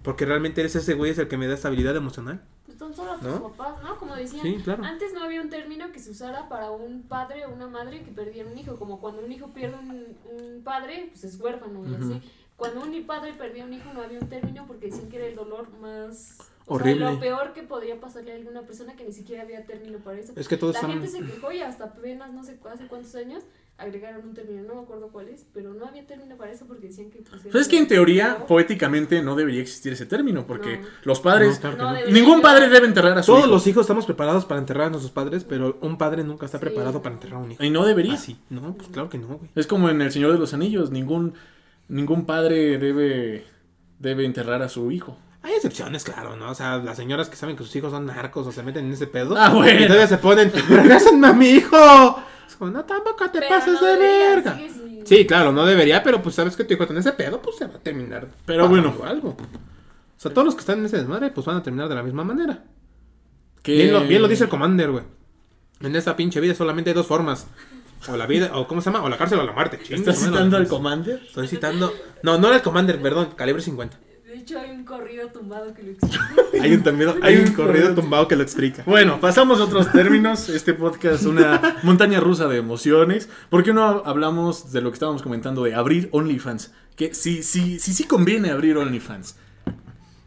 Porque realmente eres ese güey es el que me da estabilidad emocional. Pues son solo tus ¿No? papás, ¿no? Como decían, Sí, claro. antes no había un término que se usara para un padre o una madre que perdiera un hijo. Como cuando un hijo pierde un, un padre, pues es huérfano y Ujú. así. Cuando un padre perdía un hijo no había un término porque decían que era el dolor más... o sea, Horrible. lo peor que podría pasarle a alguna persona que ni siquiera había término para eso. Es que todos La están... gente se quejó y hasta apenas, no sé cu- hace cuántos años, agregaron un término, no me acuerdo cuál es, pero no había término para eso porque decían que... pues, era Pues es que en teoría, peor. poéticamente, no debería existir ese término, porque No. los padres. No, claro que No, no. debería Ningún ser. padre debe enterrar a su Todos hijo. los hijos estamos preparados para enterrar a nuestros padres, pero un padre nunca está Sí. preparado para enterrar a un hijo. Y no debería. Así. No, pues claro que no, güey. Es como en El Señor de los Anillos, ningún, ningún padre debe, debe enterrar a su hijo. Hay excepciones, claro, ¿no? O sea, las señoras que saben que sus hijos son narcos o se meten en ese pedo. Ah, bueno. Y todavía se ponen, ¡regrésenme a mi hijo! Es como, no, tampoco te Pero pases no de debería, verga. sigue sin- Sí, claro, no debería, pero pues sabes que tu hijo está en ese pedo, pues se va a terminar. Pero pasando bueno. algo. O sea, todos los que están en ese desmadre, pues van a terminar de la misma manera. Que- Bien lo, bien lo dice el Commander, güey. En esta pinche vida solamente hay dos formas. O la vida, o ¿cómo se llama? O la cárcel o la muerte. Chingue, ¿Estás su madre, citando la- al Commander? Estoy citando. No, no era el Commander, perdón, calibre 50. De hecho, hay un corrido tumbado que lo explica. Hay un, también, hay un corrido tumbado que lo explica. Bueno, pasamos a otros términos. Este podcast es una montaña rusa de emociones. ¿Por qué no hablamos de lo que estábamos comentando de abrir OnlyFans? Que sí, sí, sí, sí conviene abrir OnlyFans.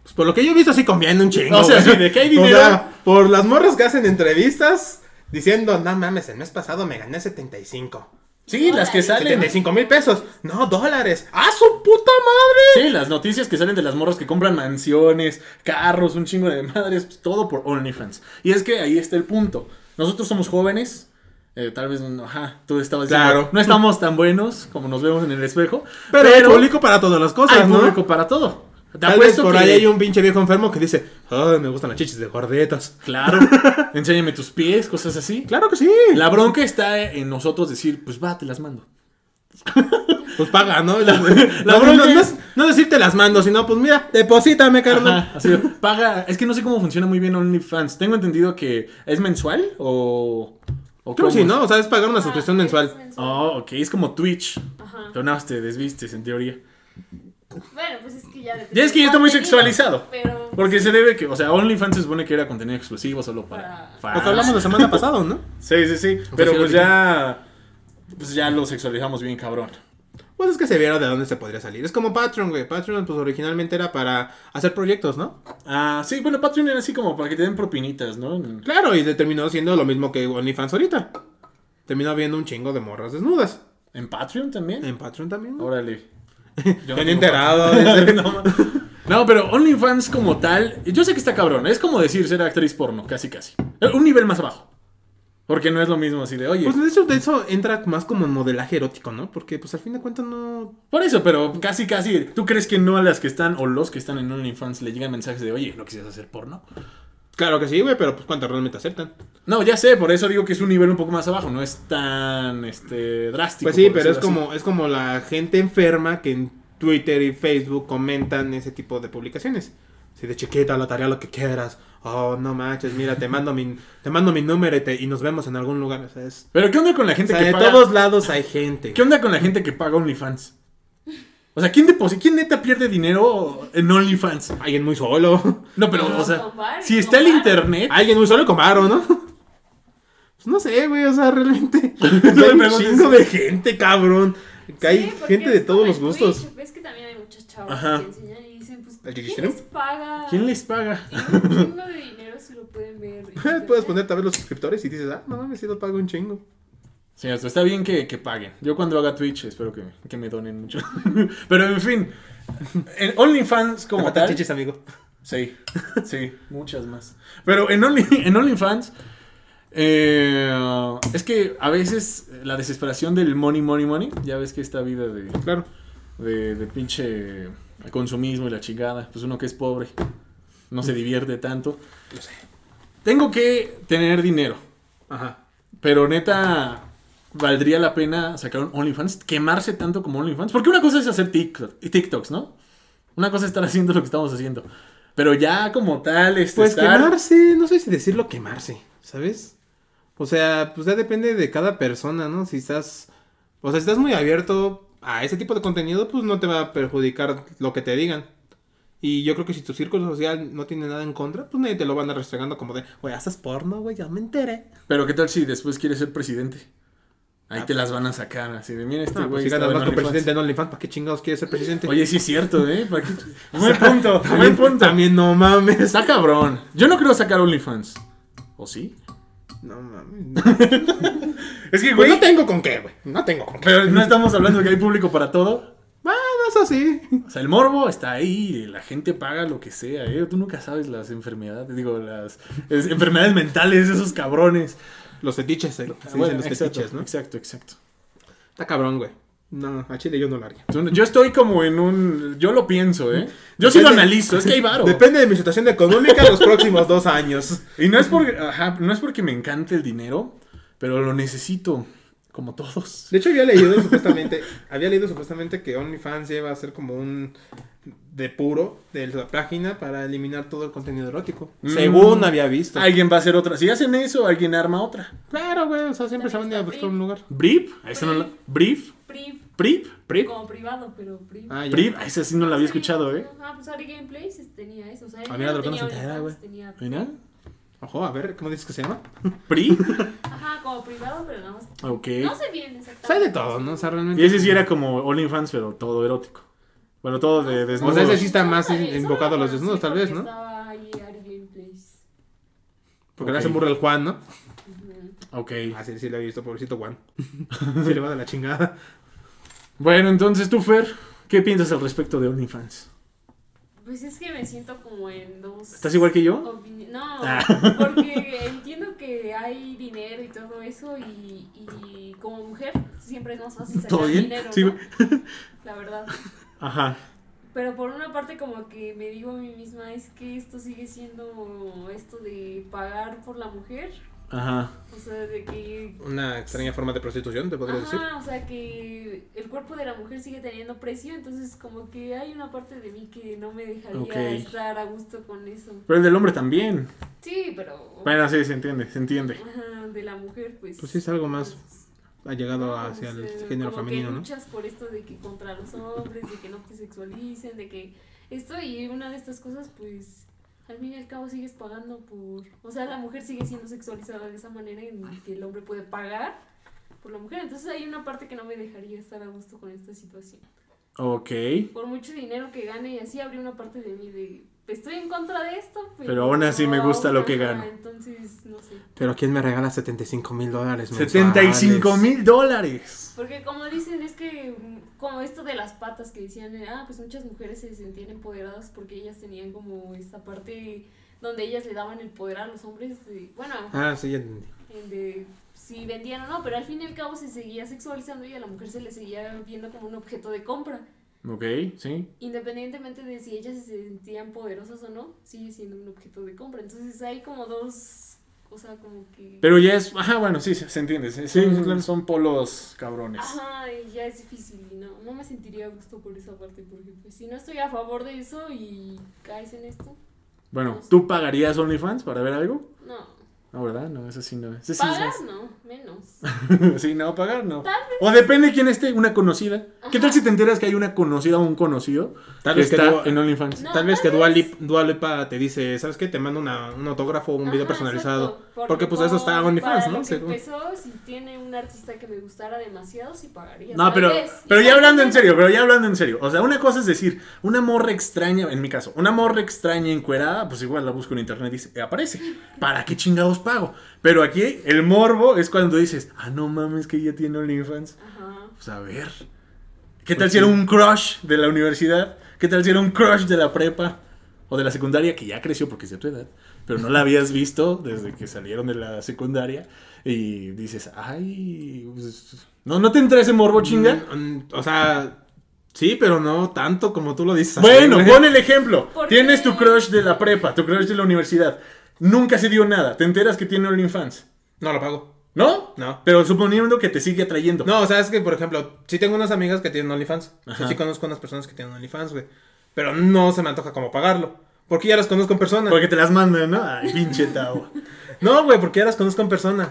Pues por lo que yo he visto, sí conviene un chingo. O sea, güey. sí, de que hay O dinero. sea, por las morras que hacen entrevistas diciendo, no mames, el mes pasado me gané 75. Sí, las que Dólares. salen. 75 mil pesos. No, dólares. ¡Ah, su puta madre! Sí, las noticias que salen de las morras que compran mansiones, carros, un chingo de madres, pues, todo por OnlyFans. Y es que ahí está el punto. Nosotros somos jóvenes, eh, tal vez, no- ajá, tú estabas diciendo, Claro. no estamos tan buenos como nos vemos en el espejo, Pero, pero, hay público para todas las cosas, hay ¿no? público para todo. Te Tal vez apuesto por que- ahí hay un pinche viejo enfermo que dice, ay, me gustan las chichis de gordetas. Claro, enséñame tus pies, cosas así. Claro que sí. La bronca está en nosotros decir, pues va, te las mando. Pues paga, ¿no? no, bronca no- no es- es- no decirte las mando, sino pues mira, deposítame, carnal. Ajá, así de, paga. Es que no sé cómo funciona muy bien OnlyFans. Tengo entendido que es mensual o... o Creo cómo que sí, es? ¿no? O sea, es pagar una suscripción Ah, es mensual. Oh, ok, es como Twitch. Ajá. Pero nada, más te desvistes en teoría. Oh. Bueno, pues es que ya. depende Ya es que ya del está muy contenido, sexualizado. Pero. pues Porque se debe que, o sea, OnlyFans se supone que era contenido exclusivo solo para Para- fans. Lo que Pues hablamos la semana pasada, ¿no? Sí, sí, sí. sea, Pero pues sí, lo que- ya. Pues ya lo sexualizamos bien, cabrón. Pues es que se viera de dónde se podría salir. Es como Patreon, güey. Patreon, pues originalmente era para hacer proyectos, ¿no? Ah, sí, bueno, Patreon era así como para que te den propinitas, ¿no? Claro, y terminó siendo lo mismo que OnlyFans ahorita. Terminó viendo un chingo de morras desnudas. ¿En Patreon también? En Patreon también. güey. Órale. Oh, Yo no Bien tengo enterado. Patreon. dice. no, ma- no, pero OnlyFans como tal, yo sé que está cabrón. Es como decir ser actriz porno, casi, casi. Eh, Un nivel más abajo. Porque no es lo mismo así de, oye. Pues de hecho, de eso entra más como en modelaje erótico, ¿no? Porque pues al fin de cuentas no... Por eso, pero casi, casi. ¿Tú crees que no a las que están o los que están en OnlyFans le llegan mensajes de, oye, ¿no quisieras hacer porno? Claro que sí, güey, pero pues cuántas realmente aceptan. No, ya sé, por eso digo que es un nivel un poco más abajo, no es tan este, drástico. Pues sí, por pero es decirlo así. como, es como la gente enferma que en Twitter y Facebook comentan ese tipo de publicaciones. Si de chiquita la tarea lo que quieras. Oh, no manches, mira, te mando mi, te mando mi número y, te- y nos vemos en algún lugar. O sea, es- Pero ¿qué onda con la o gente sea, que de paga? todos lados hay gente. ¿Qué onda con la gente que paga OnlyFans? O sea, ¿quién deposita? ¿Quién neta pierde dinero en OnlyFans? Alguien muy solo. No, pero, No, o sea, con varios, si está el con varios. internet. Alguien muy solo y con varo, ¿no? Pues no sé, güey, o sea, realmente. me hay un preguntes. chingo de gente, cabrón. Que hay Sí, porque gente de es como todos los en gustos. Twitch, Ves que también hay muchas chavas Ajá. que enseñan y dicen, pues, ¿El ¿quién chichistero? les paga? ¿Quién les paga? Tienen un chingo de dinero si lo pueden ver. en Puedes internet. ponerte a ver los suscriptores y dices, ah, no mames, sí lo pago un chingo. Sí, hasta está bien que, que paguen. Yo cuando haga Twitch espero que, que me donen mucho. pero en fin, en OnlyFans como Te faltan tal. chichis, amigo. Sí, sí, muchas más. Pero en, Only, en OnlyFans, eh, es que a veces la desesperación del money, money, money, ya ves que esta vida de, Claro. de, de pinche consumismo y la chingada, pues uno que es pobre, no se divierte tanto. Tengo que tener dinero, Ajá. pero neta, ¿valdría la pena sacar un OnlyFans? ¿Quemarse tanto como OnlyFans? Porque una cosa es hacer TikTok, TikToks, ¿no? Una cosa es estar haciendo lo que estamos haciendo. Pero ya como tal, este, Pues estar- quemarse, no sé si decirlo quemarse, ¿sabes? O sea, pues ya depende de cada persona, ¿no? Si estás, o sea, si estás muy abierto a ese tipo de contenido, pues no te va a perjudicar lo que te digan. Y yo creo que si tu círculo social no tiene nada en contra, pues nadie te lo van a restregando como de, güey, haces porno, güey, ya me enteré. Pero qué tal si después quieres ser presidente. Ahí te las van a sacar, así de, mira, este Ah, güey pues si estaba ganas en más con OnlyFans". presidente en OnlyFans, ¿para qué chingados quieres ser presidente? Oye, sí es cierto, ¿eh? ¿Para qué- Buen punto, buen también, punto. también no mames. Está cabrón. Yo no creo sacar OnlyFans. ¿O sí? No mames. Es que, Pues no tengo con qué, güey. No tengo con qué. Pero no estamos hablando de que hay público para todo. No es así. O sea, el morbo está ahí, la gente paga lo que sea, ¿eh? Tú nunca sabes las enfermedades, digo, las es- enfermedades mentales, de esos cabrones. Los fetiches, eh, se Ah, Bueno, dicen los exacto, fetiches, ¿no? Exacto, exacto. Está cabrón, güey. No, a Chile yo no lo haría. Yo- Yo estoy como en un... Yo lo pienso, ¿eh? Yo sí lo Depende- analizo, es que hay varo. Depende de mi situación económica los próximos dos años. Y no es porque, ajá, no es porque me encante el dinero, pero lo necesito, como todos. De hecho, había leído supuestamente, había leído supuestamente que OnlyFans lleva a ser como un depuro de la página para eliminar todo el contenido erótico. Mm. Según había visto. Alguien va a hacer otra. Si hacen eso, alguien arma otra. claro, güey. O sea, siempre se van a ir a buscar un lugar. ¿Brief? A esa no la- ¿Brief? Priv, ¿Prip? ¿Prip? como privado, pero priv. Ah, ya. ¿Prip? A esa sí no la había escuchado, ¿eh? Ah, pues Ari Gameplays tenía eso. O sea, él Ah, mira, no de lo que tenía no se entera, OnlyFans, tenía- Mira. Ojo, a ver, ¿cómo dices que se llama? ¿Pri? Ajá, como privado, pero nada más. Ok. No sé bien O sea, hay exactamente. de todo, ¿no? O sea, realmente. Y ese sí era como OnlyFans, pero todo erótico. Bueno, todo de O desnudos. sea, ese sí está Yo más sabía, en- solo enfocado lo a los desnudos, conocí tal vez, porque ¿no? Estaba ahí Ari Gameplays. Porque le Ok. hacen burro al Juan, ¿no? Ujú. Ok. Ah, sí, sí lo he visto, pobrecito Juan. sí le va de la chingada. Bueno, entonces tú, Fer, ¿qué piensas al respecto de OnlyFans? Pues es que me siento como en dos. ¿Estás igual que yo? opini- No, Ah. porque entiendo que hay dinero y todo eso, y, y como mujer siempre es más fácil ¿Todo sacar bien? dinero. Sí, ¿no? güey. La verdad. Ajá. Pero por una parte como que me digo a mí misma, es que esto sigue siendo esto de pagar por la mujer. Ajá. O sea, de que... Una extraña forma de prostitución, te podría decir. Ajá, o sea, que el cuerpo de la mujer sigue teniendo precio, entonces como que hay una parte de mí que no me dejaría Ok. estar a gusto con eso. Pero el del hombre también. Sí, pero... Bueno, sí, se entiende, se entiende. Ajá, de la mujer, pues... Pues sí, es algo más pues, allegado no, hacia o el sea, género pues, eh, como femenino, que ¿no? luchas por esto de que contra los hombres, de que no te sexualicen, de que esto y una de estas cosas, pues al fin y al cabo sigues pagando por. O sea, la mujer sigue siendo sexualizada de esa manera en que el hombre puede pagar por la mujer. Entonces hay una parte que no me dejaría estar a gusto con esta situación. Ok. Por mucho dinero que gane y así habría una parte de mí de. Estoy en contra de esto, pero. Pero aún así me gusta aún, lo que ajá, gano. Entonces, no sé. Pero ¿quién me regala 75 mil dólares? mensuales? 75 mil dólares. Porque como dicen, es que mm, como esto de las patas que decían, eh, ah, pues muchas mujeres se sentían empoderadas porque ellas tenían como esta parte donde ellas le daban el poder a los hombres, de- bueno, Ah, sí, ya entendí. en de si vendían o no, pero al fin y al cabo se seguía sexualizando y a la mujer se le seguía viendo como un objeto de compra. Ok, sí. Independientemente de si ellas se sentían poderosas o no, sigue siendo un objeto de compra. Entonces hay como dos, o sea, como que... Pero ya es. Ajá, bueno, sí, se se entiende. Sí, sí, sí, claro. Son polos cabrones. Ajá, y ya es difícil y no, no me sentiría a gusto por esa parte porque pues si no estoy a favor de eso y caes en esto, Bueno, ¿tú pagarías OnlyFans para ver algo? no. No, ¿verdad? No, eso sí no. Eso sí, Pagar no, menos. no. sí, no, pagar no. O depende de quién esté, una conocida. ¿Qué tal si te enteras que hay una conocida o un conocido Tal que vez que, está Dua, en OnlyFans? No, tal vez que tal Dua, vez. Lip- Dua Lipa te dice, ¿sabes qué? Te mando una- un autógrafo, un video Ajá, personalizado. exacto, Porque, pues, eso está como OnlyFans, para ¿no? lo que Según. empezó, si tiene un artista que me gustara demasiado, sí pagaría. No, tal pero, vez. pero Y ya tal hablando en vez- serio, pero ya hablando en serio. O sea, una cosa es decir, una morra extraña, en mi caso, una morra extraña encuerada, pues igual la busco en internet y se- aparece. ¿Para qué chingados pago? Pero aquí el morbo es cuando dices, ah, no mames, que ya tiene OnlyFans. Ajá. Pues a ver. ¿Qué Pues tal si era un crush de la universidad? ¿Qué tal si era un crush de la prepa? O de la secundaria, que ya creció porque es de tu edad, pero no la habías visto desde que salieron de la secundaria. Y dices, ay, pues, no, no te entra ese morbo chinga. Mm, mm, o sea, sí, pero no tanto como tú lo dices. Bueno, Así, güey. pon el ejemplo. ¿Por qué? Tienes tu crush de la prepa, tu crush de la universidad. Nunca se dio nada. Te enteras que tiene OnlyFans. No lo pago. ¿No? No. Pero suponiendo que te sigue atrayendo. No, o sea, es que, por ejemplo, sí tengo unas amigas que tienen OnlyFans. O sea, Ajá. sí conozco unas personas que tienen OnlyFans, güey. Pero no se me antoja como pagarlo. Porque ya las conozco en persona. Porque te las mandan, ¿no? Ay, pinche Tao. No, güey, porque ya las conozco en persona.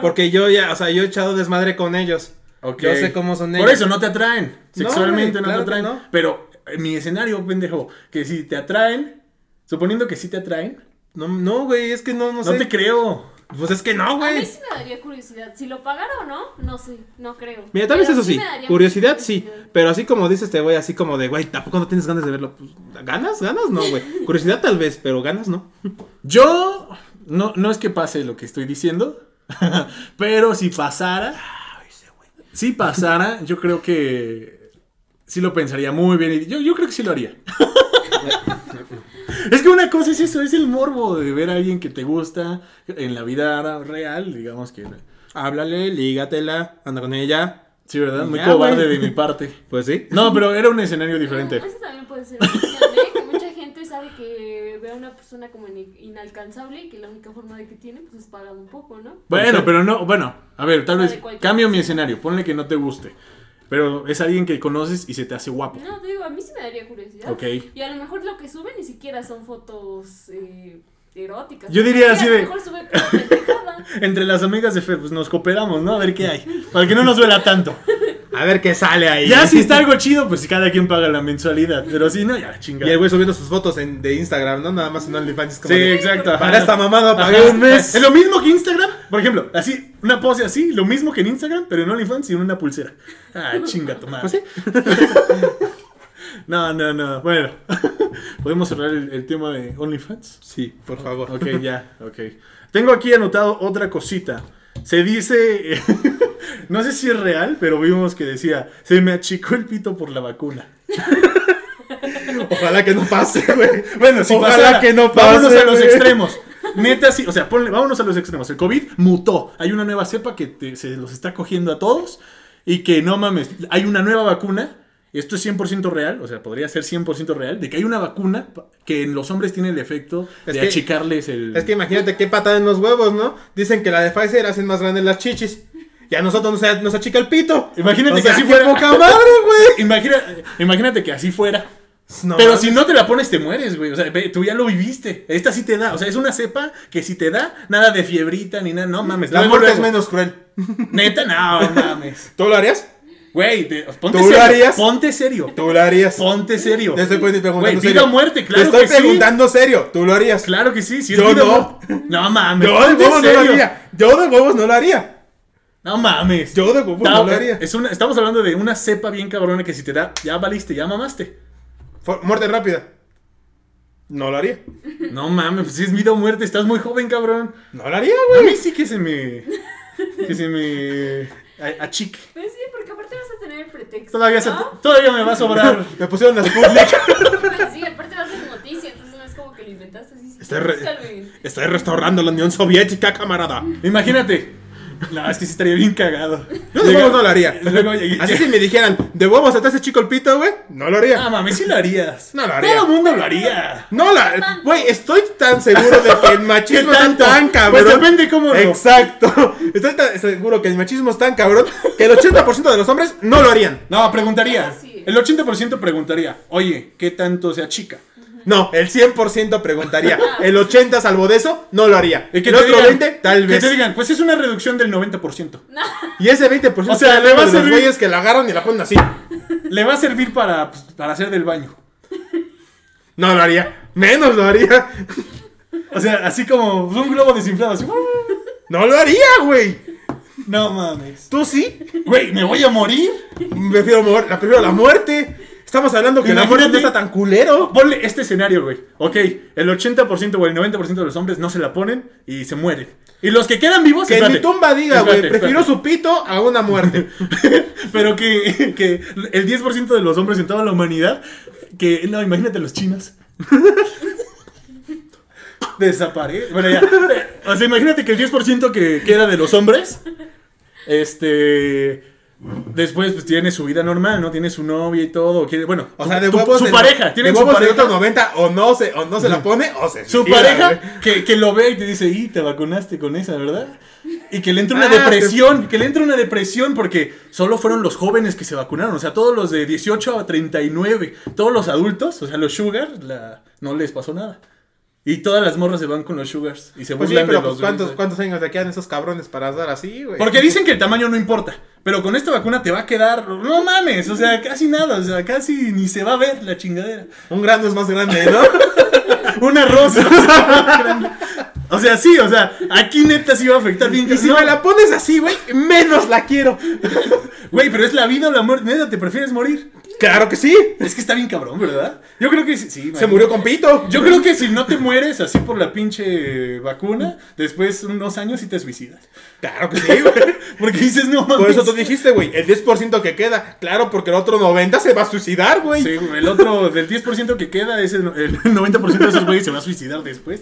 Porque yo ya, o sea, yo he echado desmadre con ellos. Ok. Yo sé cómo son ellos. Por eso no te atraen. Sexualmente güey, no, claro te atraen. que no. Pero eh, mi escenario, pendejo, que si te atraen, suponiendo que sí te atraen, No, no, güey, es que no, no, no, sé. te creo. Pues es que no, A mí güey. sí me daría curiosidad. Si lo pagara o no, no sé, no creo. Mira, tal vez Pero eso sí. me daría Curiosidad mucha sí. Pero así como dices este güey, así como de, güey, tampoco no tienes ganas de verlo. Pues, ¿Ganas? ¿Ganas? No, güey. Curiosidad tal vez, pero ganas no. Yo, no, no es que pase lo que estoy diciendo, pero si pasara, si pasara, yo creo que sí lo pensaría muy bien. y Yo, yo creo que sí lo haría. Es que una cosa es eso, es el morbo de ver a alguien que te gusta en la vida real, digamos que... Háblale, lígatela, anda con ella. Sí, ¿verdad? Muy Ya, cobarde de güey. mi parte. Pues sí. No, pero era un escenario diferente. Mm, Eso también puede ser una opción, ¿eh? Que mucha gente sabe que ve a una persona como in- inalcanzable y que la única forma de que tiene pues es pagar un poco, ¿no? Bueno, pero no, bueno, a ver, tal O sea, vez de cualquier cambio mi escenario, ponle que no te guste, pero es alguien que conoces y se te hace guapo. No, te digo, a mí sí me daría curiosidad. Ok. Y a lo mejor lo que suben ni siquiera son fotos eh, eróticas. Yo diría Mira, así a lo de- mejor sube pura pendejada. Entre las amigas de Fer, pues nos cooperamos, ¿no? A ver qué hay, para que no nos duela tanto. A ver qué sale ahí. Ya si está algo chido, pues cada quien paga la mensualidad, pero si no, ya Y el chingada. güey subiendo sus fotos en- de Instagram, ¿no? Nada más en OnlyFans. es como Sí, de, exacto. ajá. Para esta mamada Ajá. pagué un mes. Es lo mismo que Instagram, por ejemplo, así, una pose así, lo mismo que en Instagram, pero en OnlyFans y en una pulsera. Ah, chinga tu madre. Pues sí. No, no, no. Bueno, ¿podemos cerrar el, el tema de OnlyFans? Sí, por favor. Ok, ya, ok. Tengo aquí anotado otra cosita. Se dice, no sé si es real, pero vimos que decía, se me achicó el pito por la vacuna. Ojalá que no pase, güey. Bueno, si Ojalá pasara, que no Vámonos pase, a los güey. extremos. Neta, sí, o sea, ponle, vámonos a los extremos. El COVID mutó. Hay una nueva cepa que te- se los está cogiendo a todos. Y que no mames, hay una nueva vacuna. Esto es 100% real, o sea, podría ser 100% real, de que hay una vacuna que en los hombres tiene el efecto Es de que- achicarles el... Es que imagínate qué patada en los huevos, ¿no? Dicen que la de Pfizer hacen más grandes las chichis. Y a nosotros nos, nos achica el pito. Imagínate O que sea, así qué fuera. poca madre, güey. Imagina- imagínate que así fuera. No, Pero mames. si no te la pones, te mueres, güey. O sea, ve, tú ya lo viviste. Esta sí te da. O sea, es una cepa que si te da, nada de fiebrita ni nada. No mames. La luego, muerte es luego. menos cruel. Neta, no mames. ¿Tú lo harías? Güey, te- ponte ¿Tú lo serio. harías? Ponte serio. Tú lo harías. Ponte serio. Te estoy preguntando Güey, serio. vida o muerte, claro Te estoy que sí. preguntando serio. ¿Tú lo harías? Claro que sí. Si Yo es vida o no. muerte. No mames. Yo de ponte huevos no lo serio. haría. Yo de huevos no lo haría. No mames. Yo de huevos Ta- no lo haría. es una- estamos hablando de una cepa bien cabrona que si te da, ya valiste, ya mamaste. For- muerte rápida. No lo haría. No mames, pues si es vida o muerte, estás muy joven, cabrón. No lo haría, A güey. mí sí que se me. Que se me. a- Achique. Pues sí, porque aparte vas a tener el pretexto. Todavía, se- ¿no? todavía me va a sobrar. Me pusieron las públicas. Pues sí, aparte vas a ser noticia, entonces no es como que lo inventaste así. Estoy, re- estoy restaurando la Unión Soviética, camarada. Imagínate. No, es que sí estaría bien cagado. Yo de Llega- huevos no lo haría. Luego llega- Así si me dijeran, de huevos hasta ese chico el pito, güey, no lo haría. Ah, mami, sí lo harías. No lo haría. Todo el mundo lo haría. No la. Güey, estoy tan seguro de que el machismo está tanto? tan cabrón. Pues depende cómo lo- Exacto. Estoy tan seguro que el machismo es tan cabrón que el 80% de los hombres no lo harían. No, preguntaría. Sí. El 80% preguntaría, oye, ¿qué tanto se achica? No, el 100% preguntaría. El 80% salvo de eso, no lo haría. Y que el te otro digan- 20%, tal Que te vez. digan, pues es una reducción del 90%. Y ese 20% O sea, está le hablando va a de los servir- güeyes que la agarran y la ponen así. Le va a servir para, pues, para hacer del baño. No lo haría. Menos lo haría. O sea, así como pues, un globo desinflado. Así. No lo haría, güey. No mames. ¿Tú sí? Güey, ¿me voy a morir? Prefiero, mor- la, prefiero la muerte. Estamos hablando que la muerte Imagínate. no está tan culero. Ponle este escenario, güey. Ok, el 80% o el 90% de los hombres no se la ponen y se mueren. Y los que quedan vivos, Que espérate, mi tumba diga, güey, espérate, prefiero espérate. su pito a una muerte. Pero que, que el 10% de los hombres en toda la humanidad, que no, imagínate los chinos. Desaparece. Bueno, ya. O sea, imagínate que el 10% que queda de los hombres, este. Después pues tiene su vida normal, ¿no? Tiene su novia y todo. quiere- bueno, O su- sea, de tu- huevos su de- pareja. de Tienen su huevos de pareja. otro 90 o no se o no se la pone o se Su suicida, güey. Pues pareja que, que lo ve y te dice, y te vacunaste con esa, ¿verdad? Y que le entra una Ah, depresión, que le entra una depresión porque solo fueron los jóvenes que se vacunaron, o sea, todos los de 18 a 39, todos los adultos, o sea, los sugar, la- no les pasó nada. Y todas las morras se van con los sugars y se Pues sí, burlan de pero los pues, ¿cuántos, güeyes. ¿cuántos años te quedan esos cabrones para andar así, güey? Porque dicen que el tamaño no importa, pero con esta vacuna te va a quedar, no mames, o sea, casi nada, o sea, casi ni se va a ver la chingadera. Un grano es más grande, ¿no? Una rosa. o sea, sí, o sea, aquí neta sí va a afectar bien. y si no, me la pones así, güey, menos la quiero. Güey, pero es la vida o la muerte. Neta, ¿te prefieres morir? Claro que sí. Es que está bien cabrón, ¿verdad? Yo creo que sí. sí, Se man. murió con pito. Yo creo que si no te mueres así por la pinche vacuna, después unos años sí te suicidas. ¿Eh? Claro que sí, güey. Porque dices, no mames. Por eso tú dijiste, güey, el 10% que queda. Claro, porque el otro 90 se va a suicidar, güey. Sí, güey, el otro del 10% que queda, ese, el 90% de esos güeyes se va a suicidar después.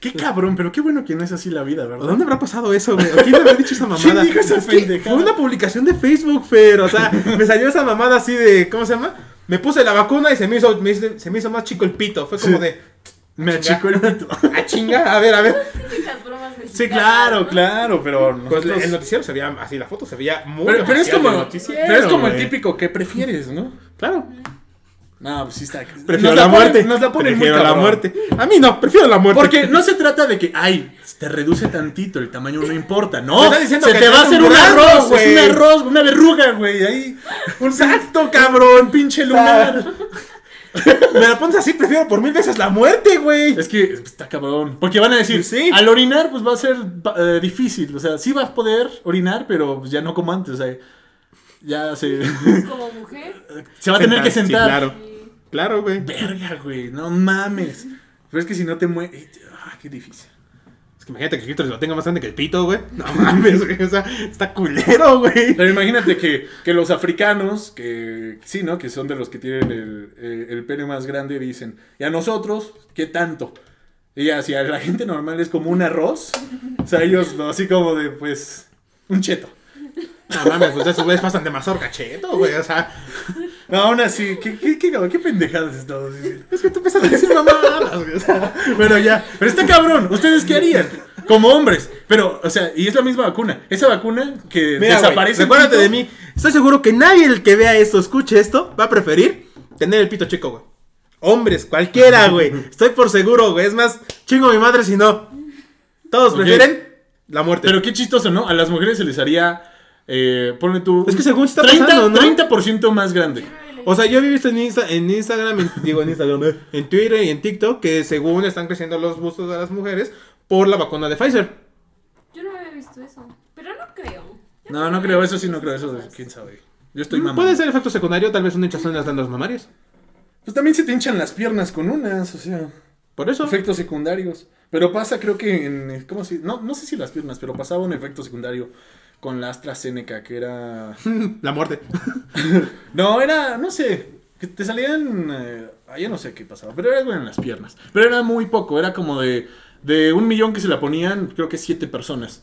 Qué cabrón, pero qué bueno que no es así la vida, ¿A ¿verdad? dónde habrá pasado eso, güey? ¿A quién le habrá dicho esa mamada? ¿Quién dijo esa Es que pendejada? Fue una publicación de Facebook, pero, o sea, me salió esa mamada así de, ¿cómo se llama? Me puse la vacuna y se me hizo, me hizo- se me hizo más chico el pito. Fue como Sí. de, Me achicó el pito. ah, chinga, a ver, a ver. Típicas bromas mexicanas. Sí, claro, ¿no? claro, pero. Pues nosotros- el noticiero se veía así, la foto se veía muy Pero, pero es oficial como, del noticiero, pero es como el güey. típico que prefieres, ¿no? Claro. No, pues sí está. nos Prefiero la, ponen- muerte. nos la ponen muy prefiero la cabrón. muerte. A mí no, prefiero la muerte. Porque no se trata de que, ay, te reduce tantito, el tamaño no importa. Me No, está se diciendo que te va a traes hacer un un grano, arroz, güey. es un arroz, una verruga, güey. Ahí, un salto, un cabrón. pinche lunar. Me la pones así, prefiero por mil veces la muerte, güey. Es que está cabrón. Porque van a decir, Sí. al orinar, pues va a ser va- eh, difícil. O sea, sí vas a poder orinar, pero pues, ya no como antes. O sea, ya se, Pues como mujer. se va a tener que Sentar, sentar. sí, claro. sí. Claro, güey. Verga, güey, no mames. Pero es que si no te mueves. Ah, qué eh, difícil. Es Imagínate que el clítoris lo tenga más grande que el pito, güey. No mames, güey. O sea, está culero, güey. Pero imagínate que, que los africanos, que sí, ¿no? Que son de los que tienen el, eh, el pene más grande, dicen, ¿y a nosotros qué tanto? Y hacia la gente normal es como un arroz. O sea, ellos no, así como de, pues, un cheto. No mames, pues esos güeyes pasan de mazorca cheto, güey. O sea, No, aún así, ¿qué, qué, qué, qué pendejadas estamos diciendo? es que tú empiezas a decir mamadas, güey. O sea, Bueno, ya. Pero está cabrón. ¿Ustedes qué harían? Como hombres. Pero, o sea, y es la misma vacuna. Esa vacuna que Mira, güey, desaparece. recuérdate de mí. Estoy seguro que nadie el que vea esto, escuche esto, va a preferir tener el pito chico, güey. Hombres, cualquiera, güey. Estoy por seguro, güey. Es más, chingo a mi madre si no. Todos Ok. prefieren la muerte. Pero qué chistoso, ¿no? A las mujeres se les haría. Eh, ponle tú. Es que según está 30, pasando, ¿no? 30% más grande. O sea, yo he visto en, Insta- en Instagram, en- digo en Instagram, eh, en Twitter y en TikTok que según están creciendo los bustos de las mujeres por la vacuna de Pfizer. Yo no había visto eso. Pero no creo. Yo No, no creo, eso sí, no creo, eso de- quién sabe. Yo estoy Mm, mamando. Puede ser efecto secundario, tal vez un hinchazón en las glándulas mamarias. Pues también se te hinchan las piernas con unas, o sea, Por eso. efectos secundarios. Pero pasa, creo que en. ¿Cómo se.? No, no sé si las piernas, pero pasaba un efecto secundario con la AstraZeneca, que era. la muerte. No, era, no sé, que te salían, eh, ah, yo no sé qué pasaba, pero era algo en las piernas. Pero era muy poco, era como de, de un millón que se la ponían, creo que siete personas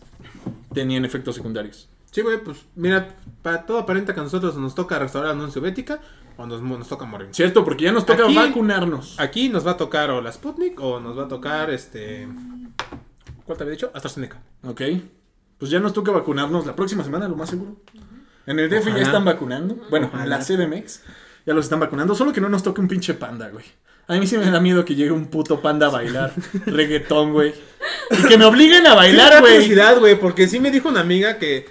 tenían efectos secundarios. Sí, güey, pues mira, para todo aparenta que a nosotros nos toca restaurar la Unión Soviética o nos, mu- nos toca morir. ¿Cierto? Porque ya nos toca Aquí- vacunarnos. Aquí nos va a tocar o la Sputnik o nos va a tocar este. ¿Cuál te había dicho? AstraZeneca. Ok, pues ya nos toca vacunarnos la próxima semana, lo más seguro. En el DF ya Ojalá. están vacunando, bueno, en la Ojalá. CDMX ya los están vacunando, solo que no nos toque un pinche panda, güey. A mí sí me da miedo que llegue un puto panda a bailar reggaetón, güey. Y que me obliguen a Sí, me da bailar, güey. curiosidad, güey, porque sí me dijo una amiga que,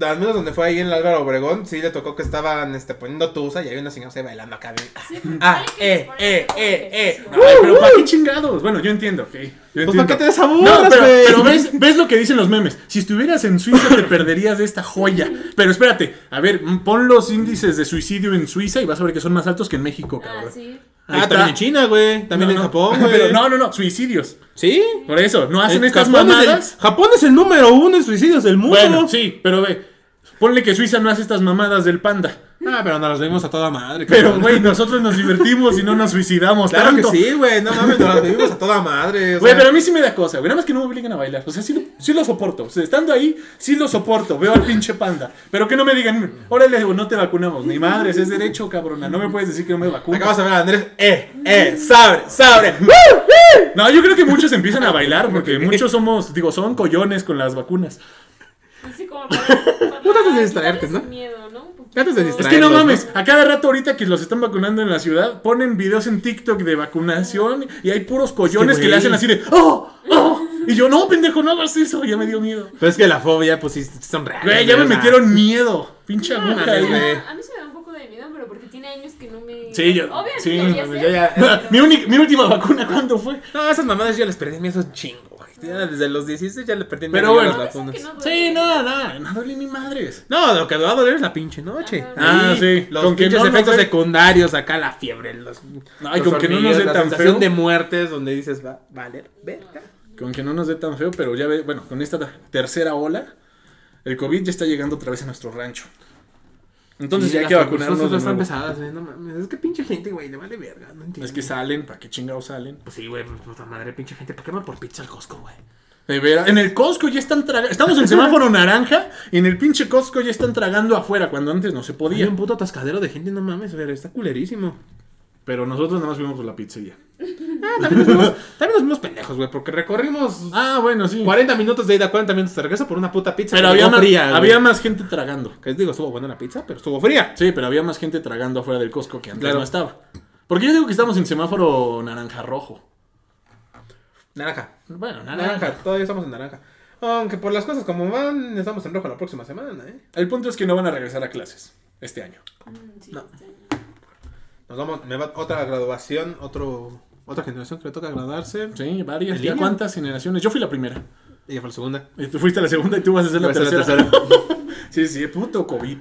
al menos donde fue ahí en el Álvaro Obregón, sí le tocó que estaban este, poniendo tusa y había una señora así bailando acá. güey. Sí, Ah, hay que eh, eh, disponer de eh, eh. ejercicio. Ay, pero ¿para qué chingados? Bueno, yo entiendo, ok. Yo Pues para qué entiendo. te des No, pero, pero ves, ves lo que dicen los memes. Si estuvieras en Suiza te perderías de esta joya. Pero espérate, a ver, m- pon los índices de suicidio en Suiza y vas a ver que son más altos que en México, cabrón. Ah, sí. Ahí Ah, está. también en China, güey. También No, en no. Japón, güey. Pero no, no, no, suicidios. Sí. Por eso, no hacen Eh, estas Japón es el- mamadas. Japón es el número uno en suicidios del mundo. Bueno, sí, pero ve, ponle que Suiza no hace estas mamadas del panda. Ah, pero nos los vimos a toda madre. Pero, cabrón. güey, nosotros nos divertimos y no nos suicidamos Claro tanto. que sí, güey. No mames, nos las vivimos a toda madre. o Güey, sea. pero a mí sí me da cosa, güey. Nada más que no me obligan a bailar. O sea, sí lo, sí lo soporto. O sea, estando ahí, sí lo soporto. Veo al pinche panda. Pero que no me digan, órale, güey, no te vacunamos. Ni madres, es derecho, cabrona. No me puedes decir que no me vacuno. Acabas de ver a Andrés. Eh, eh, sabre, sabre. No, yo creo que muchos empiezan a bailar porque muchos somos, digo, son collones con las vacunas. Así como para. Tú tratas para de distraerte, quitarles ¿no? miedo, ¿no? Un poquito. Tratas de Es que no Traerlos, mames, a cada rato ahorita que los están vacunando en la ciudad, ponen videos en TikTok de vacunación y hay puros collones que, le güey. hacen así de, ¡oh! ¡oh! Y yo, no, pendejo, no hagas eso. Ya me dio miedo. Pero es que la fobia, pues sí, son reales. Güey, ya me o sea. metieron miedo. Pinche No, aguja. a mí se güey. me güey. da- A mí se me da un poco de miedo, pero porque tiene años que no me. Sí, Pues yo- Obviamente, sí, lo voy a mames, hacer, yo ya- pero- Mi, única- mi última vacuna, ¿cuándo fue? No, esas mamadas yo les perdí miedo un chingo, güey. Ya Desde los 16 ya les perdí miedo Pero a bueno. las No, dicen vacunas. que no duele. Sí, nada, nada, no duele ni madres. No, lo que va a doler es la pinche noche. Ajá. Ah, sí. Los Con que pinches no nos efectos dé- secundarios, acá la fiebre, los. Ay, los con que no nos hormigueos, dé la tan sensación feo. de muertes donde dices, va, valer, verga. Con que no nos dé tan feo, pero ya ve, bueno, con esta tercera ola, el COVID ya está llegando otra vez a nuestro rancho. Entonces Sí, ya hay las que vacunas vacunarnos de están nuevo. pesadas, güey, no mames. Es que pinche gente, güey, le vale verga, no entiendo. Es que salen, ¿para qué chingados salen? Pues sí, güey, pues, puta madre, pinche gente, ¿para qué van por pizza al Costco, güey? De veras, en el Costco ya están tragando. Estamos en semáforo naranja y en el pinche Costco ya están tragando afuera cuando antes no se Hay podía. un puto atascadero de gente, no mames, güey, está culerísimo. Pero nosotros nada más fuimos por la pizzería. Ah, también nos vimos, también nos vimos pendejos, güey, porque recorrimos Ah, bueno, sí. 40 minutos de ida, 40 minutos de regreso por una puta pizza. Pero que había llegó más, fría, güey. había más gente tragando. Que digo, estuvo buena la pizza, pero estuvo fría. Sí, pero había más gente tragando afuera del Costco que antes Claro. no estaba. Porque yo digo que estamos en semáforo naranja rojo. Naranja. Bueno, naranja. Naranja, todavía estamos en naranja. Aunque por las cosas como van, estamos en rojo la próxima semana, ¿eh? El punto es que no van a regresar a clases este año. Mm, sí, No. está bien. Nos vamos, me va otra graduación, otro, otra generación que le toca graduarse. Sí, ¿En varias. ¿Ya línea? cuántas generaciones? Yo fui la primera. Ella fue la segunda. Y tú fuiste la segunda y tú vas a ser la Voy a ser tercera. la sí, sí, puto COVID.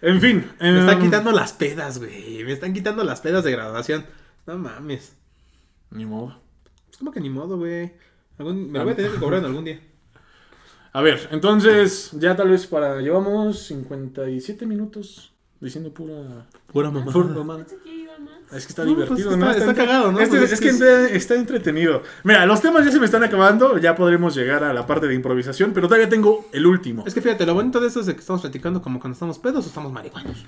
En fin. Me están em, quitando las pedas, güey. Me están quitando las pedas de graduación. No mames. Ni modo. Es como que ni modo, güey. Algún- me lo voy a tener que cobrar en algún día. A ver, entonces, ya tal vez para. Llevamos 57 minutos diciendo pura. Pura mamá. pura mamada. Pensé que iba más. Es que está No, pues, divertido, está- ¿no? está cagado, ¿no? Este- es, Pues, es que que está, está entretenido. Mira, los temas ya se me están acabando. Ya podremos llegar a la parte de improvisación, pero todavía tengo el último. Es que fíjate, lo bonito de esto es de que estamos platicando como cuando estamos pedos o estamos marihuanos.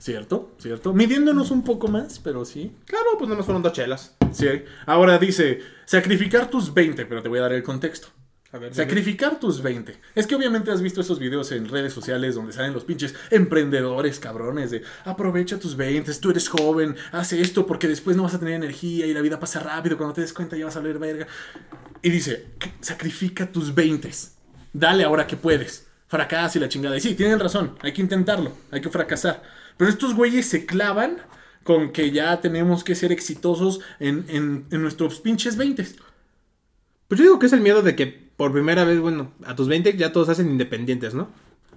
¿Cierto? ¿Cierto? Midiéndonos un poco más, pero sí. Claro, pues nada más fueron dos chelas. Sí. Ahora dice, sacrificar tus 20, pero te voy a dar el contexto. A ver, dime. Sacrificar tus 20. Es que obviamente has visto esos videos en redes sociales donde salen los pinches emprendedores cabrones de aprovecha tus 20, tú eres joven, haz esto porque después no vas a tener energía y la vida pasa rápido, cuando te des cuenta ya vas a ver verga. Y dice, "C- sacrifica tus 20. Dale ahora que puedes. Fracasa y la chingada. Y sí, tienen razón, hay que intentarlo, hay que fracasar. Pero estos güeyes se clavan con que ya tenemos que ser exitosos en, en- en nuestros pinches 20. Pues yo digo que es el miedo de que por primera vez, bueno, a tus 20 ya todos se hacen independientes, ¿no?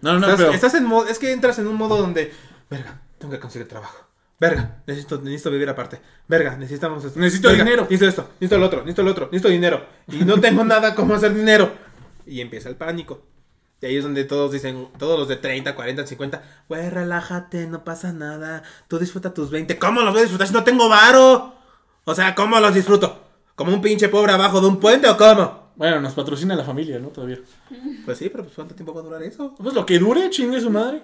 No, no, no, estás, Ah, pero... estás en modo, es que entras en un modo donde, verga, tengo que conseguir trabajo. Verga, necesito, necesito vivir aparte. Verga, necesitamos esto. Necesito Verga, dinero. Necesito esto, necesito el otro, necesito el otro, necesito dinero. Y no tengo nada como hacer dinero. Y empieza el pánico. Y ahí es donde todos dicen, todos los de 30, 40, 50, güey, relájate, no pasa nada. Tú disfruta tus 20. ¿Cómo los voy a disfrutar si no tengo varo? O sea, ¿cómo los disfruto? ¿Como un pinche pobre abajo de un puente o cómo? Bueno, nos patrocina la familia, ¿no? Todavía. Pues sí, pero pues ¿cuánto tiempo va a durar eso? Pues lo que dure, chingue su madre.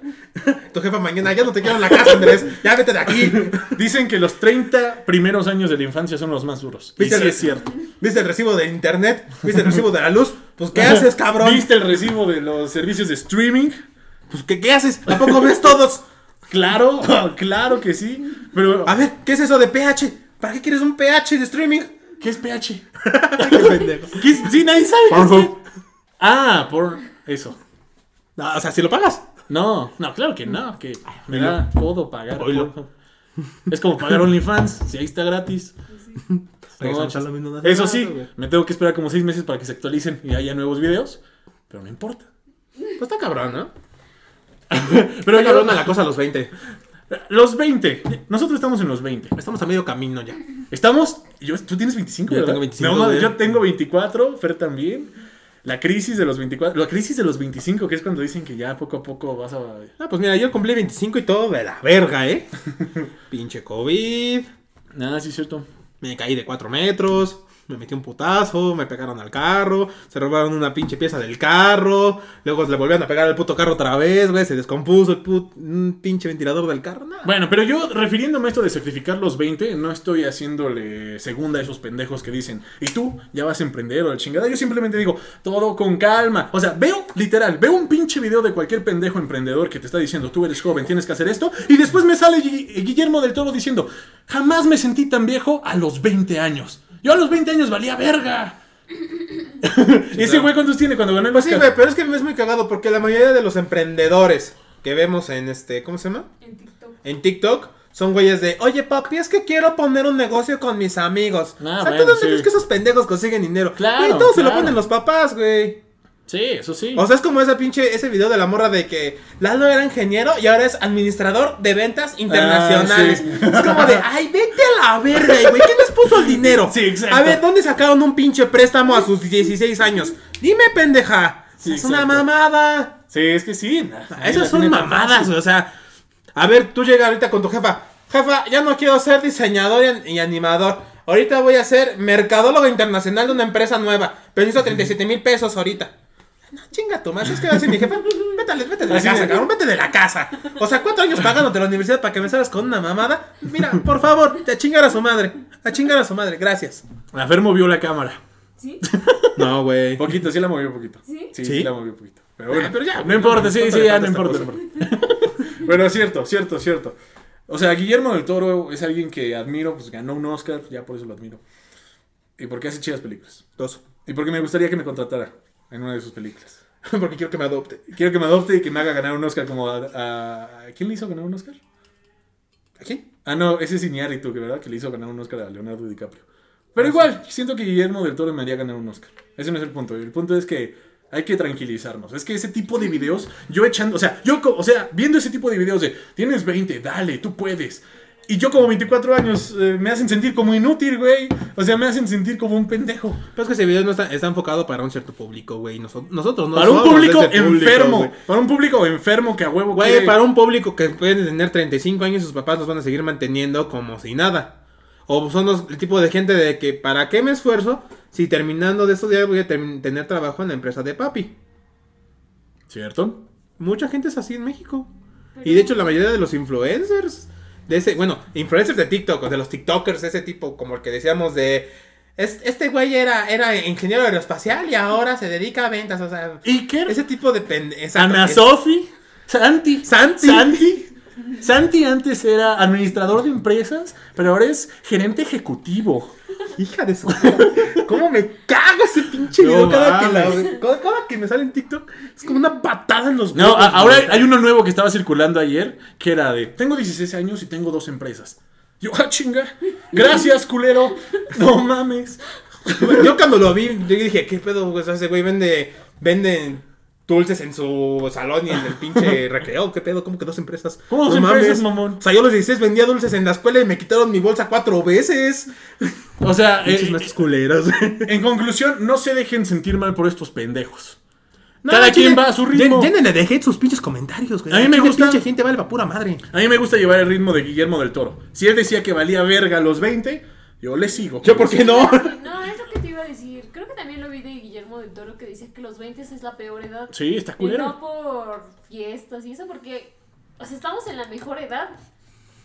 Tu jefa mañana, ya no te quiero en la casa, Andrés. Ya vete de aquí. Dicen que los 30 primeros años de la infancia son los más duros. Y ¿Viste sí el- es cierto. ¿Viste el recibo de internet? ¿Viste el recibo de la luz? Pues ¿qué haces, cabrón? ¿Viste el recibo de los servicios de streaming? Pues ¿qué, qué haces? ¿A poco ves todos? Claro, claro que sí. Pero, A ver, ¿qué es eso de PH? ¿Para qué quieres un PH de streaming? ¿qué es PH? Qué pendejo. ¿Qué es? Sí, nadie sabe. qué es Pornhub. PH. Ah, por eso. No, o sea, si lo pagas. No, no, claro que no. Que me da todo pagar. Oílo. Pornhub. Es como pagar OnlyFans. Si ahí está gratis. pues, Regresamos a la misma- Eso sí, me tengo que esperar como seis meses para que se actualicen y haya nuevos videos. Pero no importa. Pues está cabrón, ¿no? Pero Pero yo, cabrón a la cosa a los 20. Los 20. Nosotros estamos en los 20. Estamos a medio camino ya. Estamos. Yo, tú tienes 25, Yo ¿verdad? tengo 25, No, madre, güey. yo tengo 24, Fer también. La crisis de los 24. La crisis de los 25, que es cuando dicen que ya poco a poco vas a. Ah, pues mira, yo cumplí 25 y todo de la verga, ¿eh? Pinche COVID. Ah, Nada, sí es cierto. Me caí de 4 metros, me metí un putazo, me pegaron al carro, se robaron una pinche pieza del carro, luego le volvieron a pegar al puto carro otra vez, güey, se descompuso el put- un pinche ventilador del carro, nada. Bueno, pero yo, refiriéndome a esto de sacrificar los 20, no estoy haciéndole segunda a esos pendejos que dicen, ¿y tú ya vas a emprender o la chingada? Yo simplemente digo, todo con calma. O sea, veo, literal, veo un pinche video de cualquier pendejo emprendedor que te está diciendo, tú eres joven, tienes que hacer esto. Y después me sale Gui- eh, Guillermo del Toro diciendo, jamás me sentí tan viejo a los 20 años. Yo a los 20 años valía verga. Ese güey, ¿cuántos tiene cuando ganó el Pues sí, Oscar? güey, pero es que me es muy cagado porque la mayoría de los emprendedores que vemos en este, ¿cómo se llama? En TikTok. En TikTok. Son güeyes de, oye papi, es que quiero poner un negocio con mis amigos. Ah, o sea, bueno, ¿tú dónde sí. crees que esos pendejos consiguen dinero? Claro, Güey, todo se lo claro. ponen los papás, güey. Sí, eso sí. O sea, es como esa pinche, ese video de la morra de que Lalo era ingeniero y ahora es administrador de ventas internacionales. Ah, Es como de, ay, vete a la verga, güey. ¿Quién les puso el dinero? Sí, exacto. A ver, ¿dónde sacaron un pinche préstamo a sus 16 años? Dime, pendeja. Sí, es una exacto. mamada. sí, es que sí. Esas son mamadas, o sea. A ver, tú llegas ahorita con tu jefa. Jefa, ya no quiero ser diseñador y, an- y animador. Ahorita voy a ser mercadólogo internacional de una empresa nueva. Pero necesito 37 mil pesos ahorita. No, chinga tu madre. Es que va a decir mi jefa, vétale, vete de la Así casa, de- cabrón, vete de la casa. O sea, cuatro años pagándote la universidad para que me salgas con una mamada. Mira, por favor, te chingar a su madre. A chingar a su madre, gracias. La Fer movió la cámara. ¿Sí? No, güey. Poquito, sí la movió poquito. ¿Sí? Sí, ¿Sí? sí la movió poquito. Pero bueno, Ah, pero ya, no importa, sí, ¿cuánto sí, le ya no falta esta importa. no importa. bueno, cierto, cierto, cierto. O sea, Guillermo del Toro es alguien que admiro, pues ganó un Oscar, ya por eso lo admiro. Y porque hace chidas películas. Dos. Y porque me gustaría que me contratara en una de sus películas. Porque quiero que me adopte. Quiero que me adopte y que me haga ganar un Oscar como a... a- ¿a ¿Quién le hizo ganar un Oscar? ¿Aquí? Ah, no, ese es Iñárritu, que verdad que le hizo ganar un Oscar a Leonardo DiCaprio. Ah, Pero igual, siento que Guillermo del Toro me haría ganar un Oscar. Ese no es el punto. El punto es que hay que tranquilizarnos. Es que ese tipo de videos, yo echando, o sea, yo, co- o sea, viendo ese tipo de videos de, tienes 20, dale, tú puedes. Y yo como 24 años eh, me hacen sentir como inútil, güey. O sea, me hacen sentir como un pendejo. Pero es que ese video no está, está enfocado para un cierto público, güey. Noso- Nosotros no para un somos público de ese público, enfermo. güey. para un público enfermo que a huevo Güey, quiere- para un público que puede tener 35 años y sus papás los van a seguir manteniendo como si nada. O son los- el tipo de gente de que, ¿para qué me esfuerzo si terminando de estudiar voy a termi- tener trabajo en la empresa de papi? ¿Cierto? Mucha gente es así en México. Pero- Y de hecho la mayoría de los influencers, de ese, bueno, influencers de TikTok, o de los TikTokers, de ese tipo, como el que decíamos de... "Es- Este güey era, era ingeniero aeroespacial y ahora se dedica a ventas, o sea... Iker. Ese tipo de... pende- exacto, Ana es- Sofi. Santi. Santi. Santi. Santi antes era administrador de empresas, pero ahora es gerente ejecutivo. Hija de su. ¿Cómo me caga ese pinche No video cada que, mames. la- cada, cada que me sale en TikTok? Es como una patada en los No, huevos, a- ahora güey. hay uno nuevo que estaba circulando ayer, que era de, tengo 16 años y tengo dos empresas. Yo, ah, chinga. Gracias, culero. No mames. Yo cuando lo vi, yo dije, ¿qué pedo? güey? O sea, ese güey vende, vende dulces en su salón y en el pinche recreo. ¿Qué pedo? ¿Cómo que dos empresas? ¿Cómo dos empresas, mamón? O sea, yo a los 16 vendía dulces en la escuela y me quitaron mi bolsa cuatro veces. O sea, eh, Pinches maestros culeros. en conclusión, no se dejen sentir mal por estos pendejos. No, Cada al quien chile, va a su ritmo. llen- Llénenle de hate sus pinches comentarios, güey. A mí Al me chile, gusta- pinche gente vale la pura madre. A mí me gusta llevar el ritmo de Guillermo del Toro. Si él decía que valía verga a los 20, yo le sigo. ¿Yo por qué no? No, es lo que te iba a decir. Creo que también lo vi de Guillermo del Toro que decía que los 20 es la peor edad. Sí, está Y culero. no por fiestas y eso, porque o sea, estamos en la mejor edad,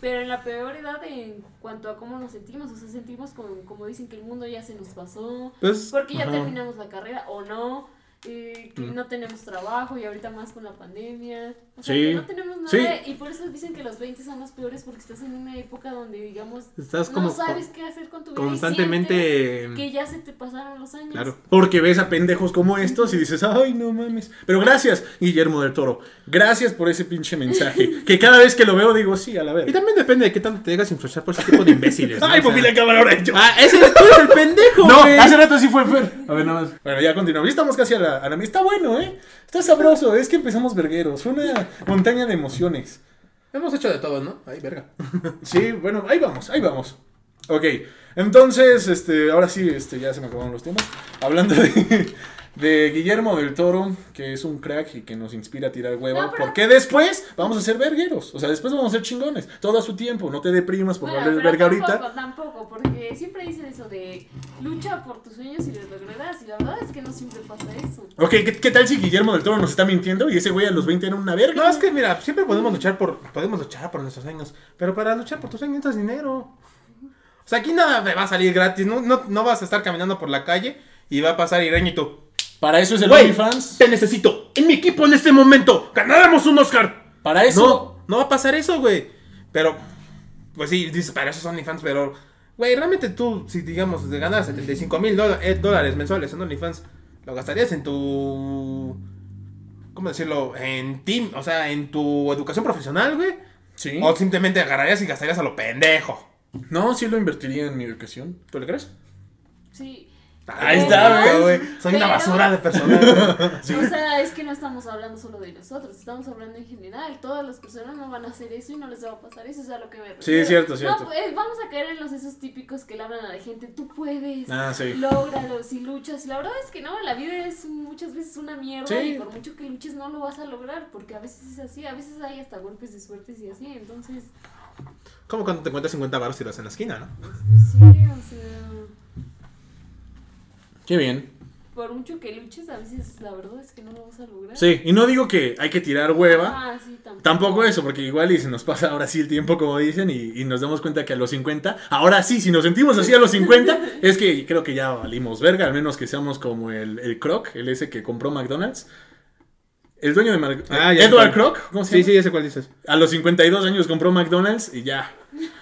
pero en la peor edad en cuanto a cómo nos sentimos. O sea, sentimos como, como dicen que el mundo ya se nos pasó, Pues, porque ya ajá. terminamos la carrera o no, eh, que no tenemos trabajo y ahorita más con la pandemia. O sea, Sí. que no tenemos nada Sí. y por eso dicen que los 20 son los peores porque estás en una época donde, digamos, Estás no como sabes con- qué hacer con tu vida. y sientes constantemente. que ya se te pasaron los años. Claro. Porque ves a pendejos como estos y dices, ay, no mames. Pero gracias, Guillermo del Toro. Gracias por ese pinche mensaje. Que cada vez que lo veo digo, sí, a la Y verga. también depende de qué tanto te dejas influenciar por ese tipo de imbéciles. ¿no? Ay, O pues vi sea- la cámara ahora yo. Ah, ese tú eres el pendejo, No, güey. hace rato sí fue Fer. A ver, nada más. Bueno, ya continuamos. Ya estamos casi a la, a la- Está bueno, ¿eh? Está sabroso. Es que empezamos vergueros. Fue una montaña de emociones. Hemos hecho de todo, ¿no? Ay, verga. Sí, bueno, ahí vamos, ahí vamos. Ok, entonces, este, ahora sí, este, ya se me acabaron los temas. Hablando de, de Guillermo del Toro, que es un crack y que nos inspira a tirar hueva. No, pero- Porque después vamos a ser vergueros. O sea, después vamos a ser chingones. Todo a su tiempo. No te deprimas por Bueno, hablar pero verga tampoco, ahorita. Tampoco, porque siempre dicen eso de lucha por tus sueños y los lograrás. Y la verdad es que no siempre pasa eso. Ok, ¿qué, qué tal si Guillermo del Toro nos está mintiendo y ese güey a los 20 era una verga? No, es que mira, siempre podemos luchar por podemos luchar por nuestros sueños, pero para luchar por tus sueños necesitas dinero. O sea, aquí nada te va a salir gratis, no, no, no vas a estar caminando por la calle y va a pasar Irene y tú. Para eso es el Güey, OnlyFans. te necesito en mi equipo en este momento. Ganáramos un Oscar. Para eso. No, no va a pasar eso, güey. Pero, pues sí, dices, para eso son OnlyFans, pero, güey, realmente tú, si digamos, de ganar 75 mil eh, dólares mensuales en OnlyFans, lo gastarías en tu. ¿Cómo decirlo? En team, o sea, en tu educación profesional, güey. Sí. O simplemente agarrarías y gastarías a lo pendejo. No, sí lo invertiría en mi educación. ¿Tú le crees? Sí. Ahí está, Pero, güey. Soy una Pero- basura de persona. güey. O sea, es que no estamos hablando solo de nosotros, estamos hablando en general. Todas las personas no van a hacer eso y no les va a pasar eso, es a lo que me refiero. cierto, No, cierto. pues, vamos a caer en los esos típicos que le hablan a la gente, tú puedes, Ah, sí. lógralo, si luchas. La verdad es que no, la vida es muchas veces una mierda Sí. y por mucho que luches no lo vas a lograr, porque a veces es así, a veces hay hasta golpes de suerte y así, entonces, Como cuando te encuentras 50 baros tirados en la esquina, ¿no? pues, sí, o sea, Qué bien. por mucho que luches, a veces la verdad es que no lo vas a lograr. Sí, y no digo que hay que tirar hueva. Ah, sí, tampoco. Tampoco eso, porque igual y se nos pasa ahora sí el tiempo, como dicen, y, y nos damos cuenta que a los 50, ahora sí, si nos sentimos así a los 50, es que creo que ya valimos verga, al menos que seamos como el, el Croc, el ese que compró McDonald's. El dueño de Mar- Ah, ya sé Edward cuál. Croc, ¿cómo se Sí, llama? sí, ya sé cuál dices. A los 52 años compró McDonald's y ya.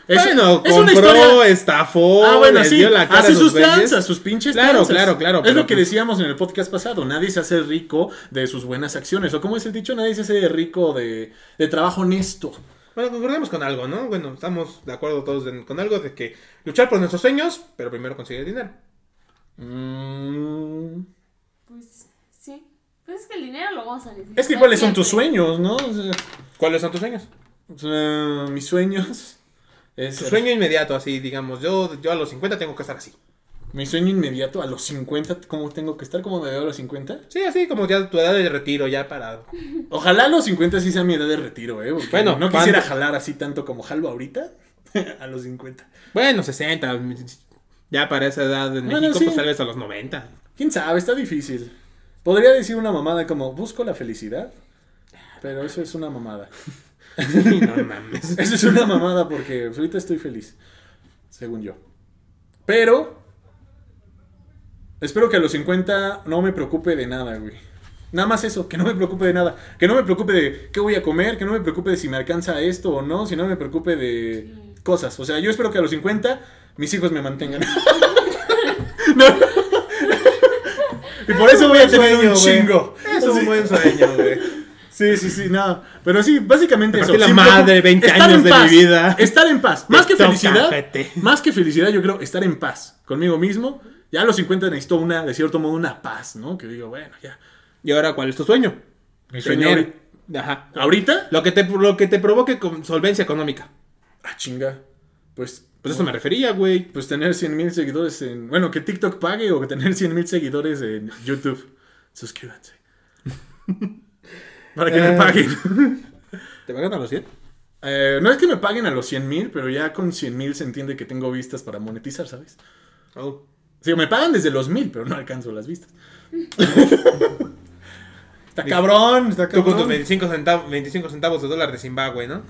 Es, bueno, es compró, una historia. estafó, Ah, bueno, les sí. dio la cara a Hace los sus güeyes. tranzas, sus pinches Claro, tranzas. claro, claro, Es pero lo que pues- decíamos en el podcast pasado. Nadie se hace rico de sus buenas acciones. O como es el dicho, nadie se hace rico de, de trabajo honesto. Bueno, concordemos con algo, ¿no? Bueno, estamos de acuerdo todos en- con algo de que luchar por nuestros sueños, pero primero conseguir dinero. Mm, Pues sí. Pues es que el dinero lo vamos a necesitar. Es que cuáles son tus siempre. sueños, ¿no? O sea, ¿Cuáles son tus sueños? o sea, mis sueños Es Su sueño inmediato, así, digamos, yo, yo a los 50 tengo que estar así. Mi sueño inmediato a los 50, ¿cómo tengo que estar? ¿Cómo me veo a los 50? Sí, así como ya tu edad de retiro, ya parado. Ojalá a los 50 sí sea mi edad de retiro, ¿eh? Porque Bueno, no quisiera ¿cuándo? jalar así tanto como jalo ahorita a los 50. Bueno, 60, ya para esa edad en Bueno, México, sí. pues tal vez a los 90. ¿Quién sabe? Está difícil. Podría decir una mamada como, busco la felicidad, pero eso es una mamada. Sí, no mames. Eso es una mamada porque pues, ahorita estoy feliz, según yo. Pero espero que a los 50 no me preocupe de nada, güey. Nada más eso, que no me preocupe de nada. Que no me preocupe de qué voy a comer, que no me preocupe de si me alcanza esto o no, si no me preocupe de Sí. cosas. O sea, yo espero que a los 50 mis hijos me mantengan. No. Y por eso voy a buen tener sueño, un güey. chingo. Es un Sí. buen sueño, güey. Sí, sí, sí, no. Pero sí, básicamente Me eso. partí la Sí, madre, pero- 20 estar años en de paz, mi vida. Estar en paz. Más que Te toca, felicidad. vete. Más que felicidad, yo creo estar en paz conmigo mismo. Ya a los 50 necesito una, de cierto modo, una paz, ¿no? Que digo, bueno, ya. ¿Y ahora cuál es tu sueño? Mi Tener- Ajá. ¿Ahorita? Lo que te, lo que te provoque con solvencia económica. Ah, chinga. Pues, Pues eso me refería, güey. pues tener 100 mil seguidores en. Bueno, que TikTok pague o que tener 100 mil seguidores en YouTube. Suscríbanse. Para que me Eh. paguen. ¿Te pagan a los 100? Eh, no es que me paguen a los 100 mil, pero ya con 100 mil se entiende que tengo vistas para monetizar, ¿sabes? Oh. O sea, me pagan desde los 1000, pero no alcanzo las vistas. está Dif- cabrón, está Tú con tus cabrón. 25 centavos, 25 centavos de dólar de Zimbabue, ¿no?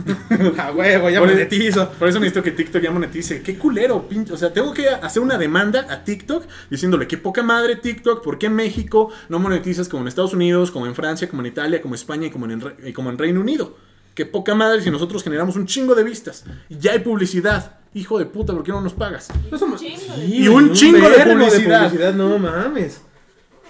a huevo, ya Por- monetizo. Por eso necesito que TikTok ya monetice. Qué culero, pinche. O sea, tengo que hacer una demanda a TikTok diciéndole qué poca madre TikTok, por qué en México no monetizas como en Estados Unidos, como en Francia, como en Italia, como en España y como en, el Re- y como en Reino Unido. Qué poca madre si nosotros generamos un chingo de vistas. Y ya hay publicidad. Hijo de puta, ¿por qué no nos pagas? No somos- Chingo de- Y un chingo de vergo publicidad. No mames.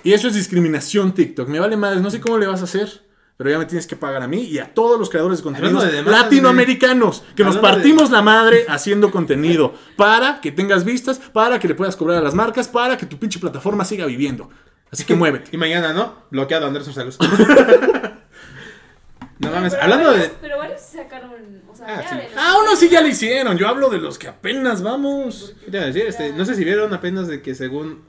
Y eso es discriminación, TikTok. Me vale madres, no sé cómo le vas a hacer. Pero ya me tienes que pagar a mí y a todos los creadores de contenidos Hablando de demandas, latinoamericanos que nos Hablando de- partimos la madre haciendo contenido para que tengas vistas, para que le puedas cobrar a las marcas, para que tu pinche plataforma siga viviendo. Así que muévete. Y mañana, ¿no? Bloqueado a Andrés Ursaluz. no Pero mames. varios- Hablando de. Pero varios sí sacaron. O sea, Ah, ya sí. de los- Ah, unos sí ya lo hicieron. Yo hablo de los que apenas vamos. ¿Qué te iba a decir? Este, no sé si vieron apenas de que según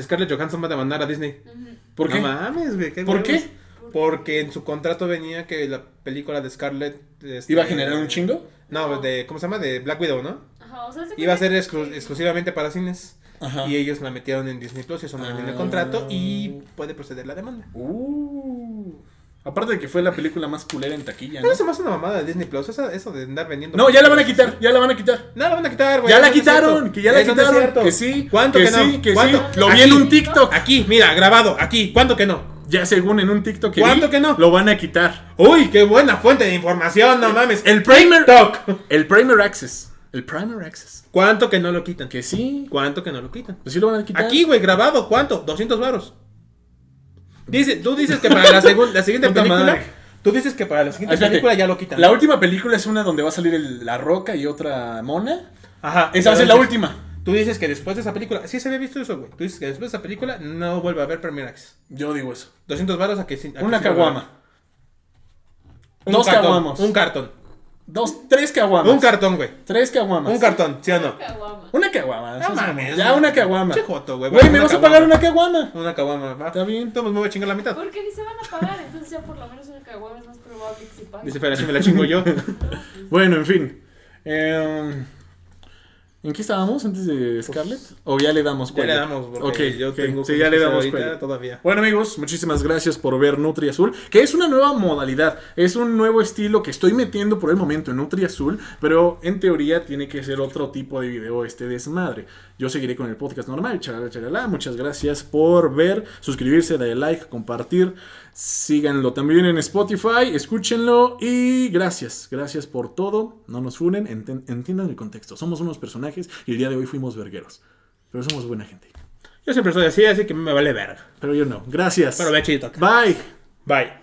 Scarlett Johansson va a demandar a Disney. Ujú. ¿Por qué? No mames, güey. qué ¿Por huevos. qué? Porque en su contrato venía que la película de Scarlett. este, ¿Iba a generar un chingo? No, de. ¿Cómo se llama? De Black Widow, ¿no? Ajá, o sea, se Iba a ser cuenta exclu- que- exclusivamente para cines. Ajá. Y ellos la metieron en Disney Plus y eso no Ah. el contrato. Y puede proceder la demanda. Uh. Aparte de que fue la película más culera en taquilla, ¿no? No se me hace una mamada de Disney Plus. Eso, eso de andar vendiendo. No, ya la van a quitar, ya la van a quitar. No, la van a quitar, güey. Ya Eso la no es quitaron, cierto. que ya la Eso no es quitaron, cierto. que sí, ¿Cuánto que, que, sí, no? que sí. ¿Cuánto? Lo vi en Aquí, Ah. un TikTok, Aquí, mira, grabado, aquí. ¿Cuánto que no? ya según en un TikTok que ¿Cuánto vi, que no? lo van a quitar. Uy, qué buena fuente de información, no mames. El primer, TikTok. el primer access, el primer access, ¿Cuánto que no lo quitan? que sí, ¿Cuánto que no lo quitan? pues sí lo van a quitar. Aquí, güey, grabado, ¿cuánto? 200 varos. Dice, tú dices que para la, segun- la siguiente Puta película. madre. Tú dices que para la siguiente Espérate. película ya lo quitan. La última película es una donde va a salir el- la roca y otra mona. Ajá. Esa va a ser la Ah, entonces, última. Tú dices que después de esa película. Sí, se había visto eso, güey. Tú dices que después de esa película no vuelve a haber Premier Access. Yo digo eso. 200 varos a que sí- a que Una sí caguama. Un Dos cartón, caguamos. Un cartón. Dos, tres caguamas. Un cartón, güey. tres caguamas. Un cartón, ¿sí o no? Caguama. Una caguama. eso es mames, como- es ya una- una caguama. Che joto, güey, Güey, va, me una vas a caguama. pagar una caguama. Una caguama, va. Está bien. Entonces me voy a chingar la mitad. Porque ni se van a pagar, entonces ya por lo menos una caguama es más probable que se pague. Dice, pero así me la chingo yo. Bueno, en fin. Eh, ¿En qué estábamos antes de Scarlett? ¿O ya le damos Pues, ya cuello? le damos, porque Ok, yo ok, tengo Sí, ya le damos ahorita cuello. todavía. Bueno amigos, muchísimas gracias por ver Nutri Azul, que es una nueva modalidad, es un nuevo estilo que estoy metiendo por el momento en Nutri Azul, pero en teoría tiene que ser otro tipo de video este desmadre. Yo seguiré con el podcast normal, chalala, chalala. Muchas gracias por ver, suscribirse, darle like, compartir, síganlo también en Spotify, escúchenlo y gracias, gracias por todo. No nos funen, enten- entiendan el contexto. Somos unos personajes y el día de hoy fuimos vergueros, pero somos buena gente. Yo siempre soy así, así que me vale verga. Pero yo no. Gracias. Pero ve chido. Bye. Bye.